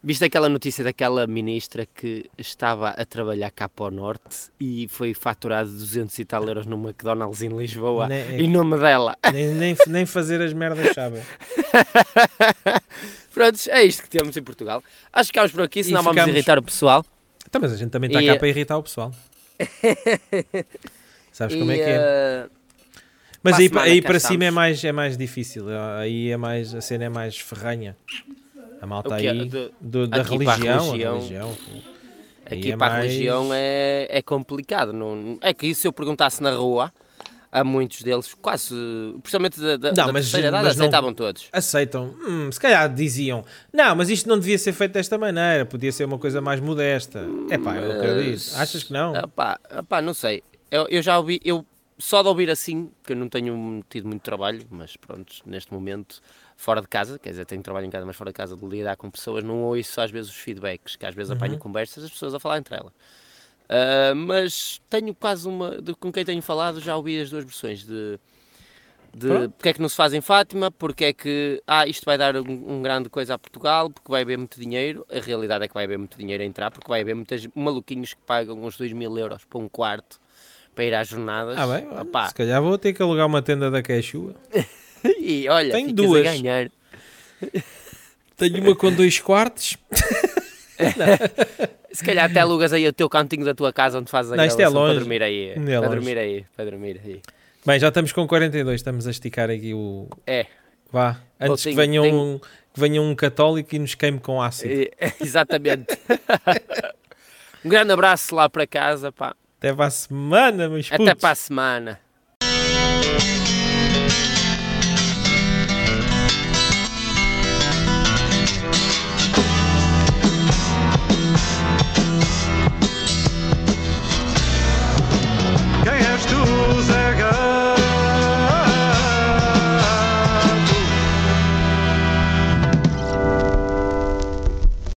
Speaker 2: Viste aquela notícia daquela ministra que estava a trabalhar cá para o norte e foi faturado 200 e tal euros no McDonald's em Lisboa,
Speaker 1: Né, é-
Speaker 2: em nome dela.
Speaker 1: nem, nem, nem fazer as merdas, sabem?
Speaker 2: Prontos, é isto que temos em Portugal. Acho que ficámos por aqui, senão vamos
Speaker 1: ficámos.
Speaker 2: irritar o pessoal.
Speaker 1: Tá, mas a gente também está
Speaker 2: E- é-
Speaker 1: cá para irritar o pessoal. Sabes como é
Speaker 2: E,
Speaker 1: que é?
Speaker 2: eh,
Speaker 1: Mas
Speaker 2: para a
Speaker 1: aí,
Speaker 2: semana
Speaker 1: aí
Speaker 2: cá
Speaker 1: para
Speaker 2: estamos.
Speaker 1: cima é mais, é mais difícil. Aí é mais, a cena é mais ferranha. A malta
Speaker 2: O que é?
Speaker 1: aí
Speaker 2: De-
Speaker 1: do- da
Speaker 2: aqui para a
Speaker 1: religião, a
Speaker 2: religião.
Speaker 1: religião. Aí
Speaker 2: Aqui
Speaker 1: é
Speaker 2: para a
Speaker 1: mais-
Speaker 2: religião é, é complicado. Não, é que se eu perguntasse na rua, a muitos deles, quase, principalmente da, da,
Speaker 1: Não,
Speaker 2: da
Speaker 1: mas-
Speaker 2: terceira idade,
Speaker 1: mas não-
Speaker 2: aceitavam todos.
Speaker 1: Aceitam. Hum, se calhar diziam, não, mas isto não devia ser feito desta maneira, podia ser uma coisa mais modesta. É pá, eu acredito. Achas que não?
Speaker 2: Epá, epá, não sei. Eu, eu já ouvi, eu só de ouvir assim, que eu não tenho tido muito trabalho, mas pronto, neste momento, fora de casa, quer dizer, tenho trabalho em casa, mas fora de casa, de lidar com pessoas, não ouço às vezes os feedbacks, que às
Speaker 1: Uhum.
Speaker 2: vezes apanho conversas, as pessoas a falar entre elas. Ah, mas tenho quase uma, de, com quem tenho falado, já ouvi as duas versões de. De
Speaker 1: Pronto.
Speaker 2: porque é que não se faz em Fátima, porque é que ah, isto vai dar um, um grande coisa a Portugal, porque vai haver muito dinheiro. A realidade é que vai haver muito dinheiro a entrar, porque vai haver muitos maluquinhos que pagam uns 2 mil euros para um quarto para ir às jornadas.
Speaker 1: Ah, bem,
Speaker 2: Opá,
Speaker 1: se calhar vou ter que alugar uma tenda da Queixua.
Speaker 2: e olha,
Speaker 1: Tenho
Speaker 2: ficas
Speaker 1: duas.
Speaker 2: a ganhar.
Speaker 1: Tenho uma com dois quartos.
Speaker 2: Se calhar até alugas aí o teu cantinho da tua casa onde fazes a
Speaker 1: Não, isto é
Speaker 2: gravação
Speaker 1: longe.
Speaker 2: para dormir aí.
Speaker 1: Não é
Speaker 2: para
Speaker 1: longe.
Speaker 2: dormir aí, para dormir aí.
Speaker 1: Bem, já estamos com 42, estamos a esticar aqui o,
Speaker 2: É,
Speaker 1: Vá, antes
Speaker 2: tenho-
Speaker 1: que, venha
Speaker 2: tenho-
Speaker 1: um, que venha um católico e nos queime com ácido.
Speaker 2: é, exatamente. um grande abraço lá para casa, pá.
Speaker 1: Até para a semana, meus putos.
Speaker 2: Até para a semana.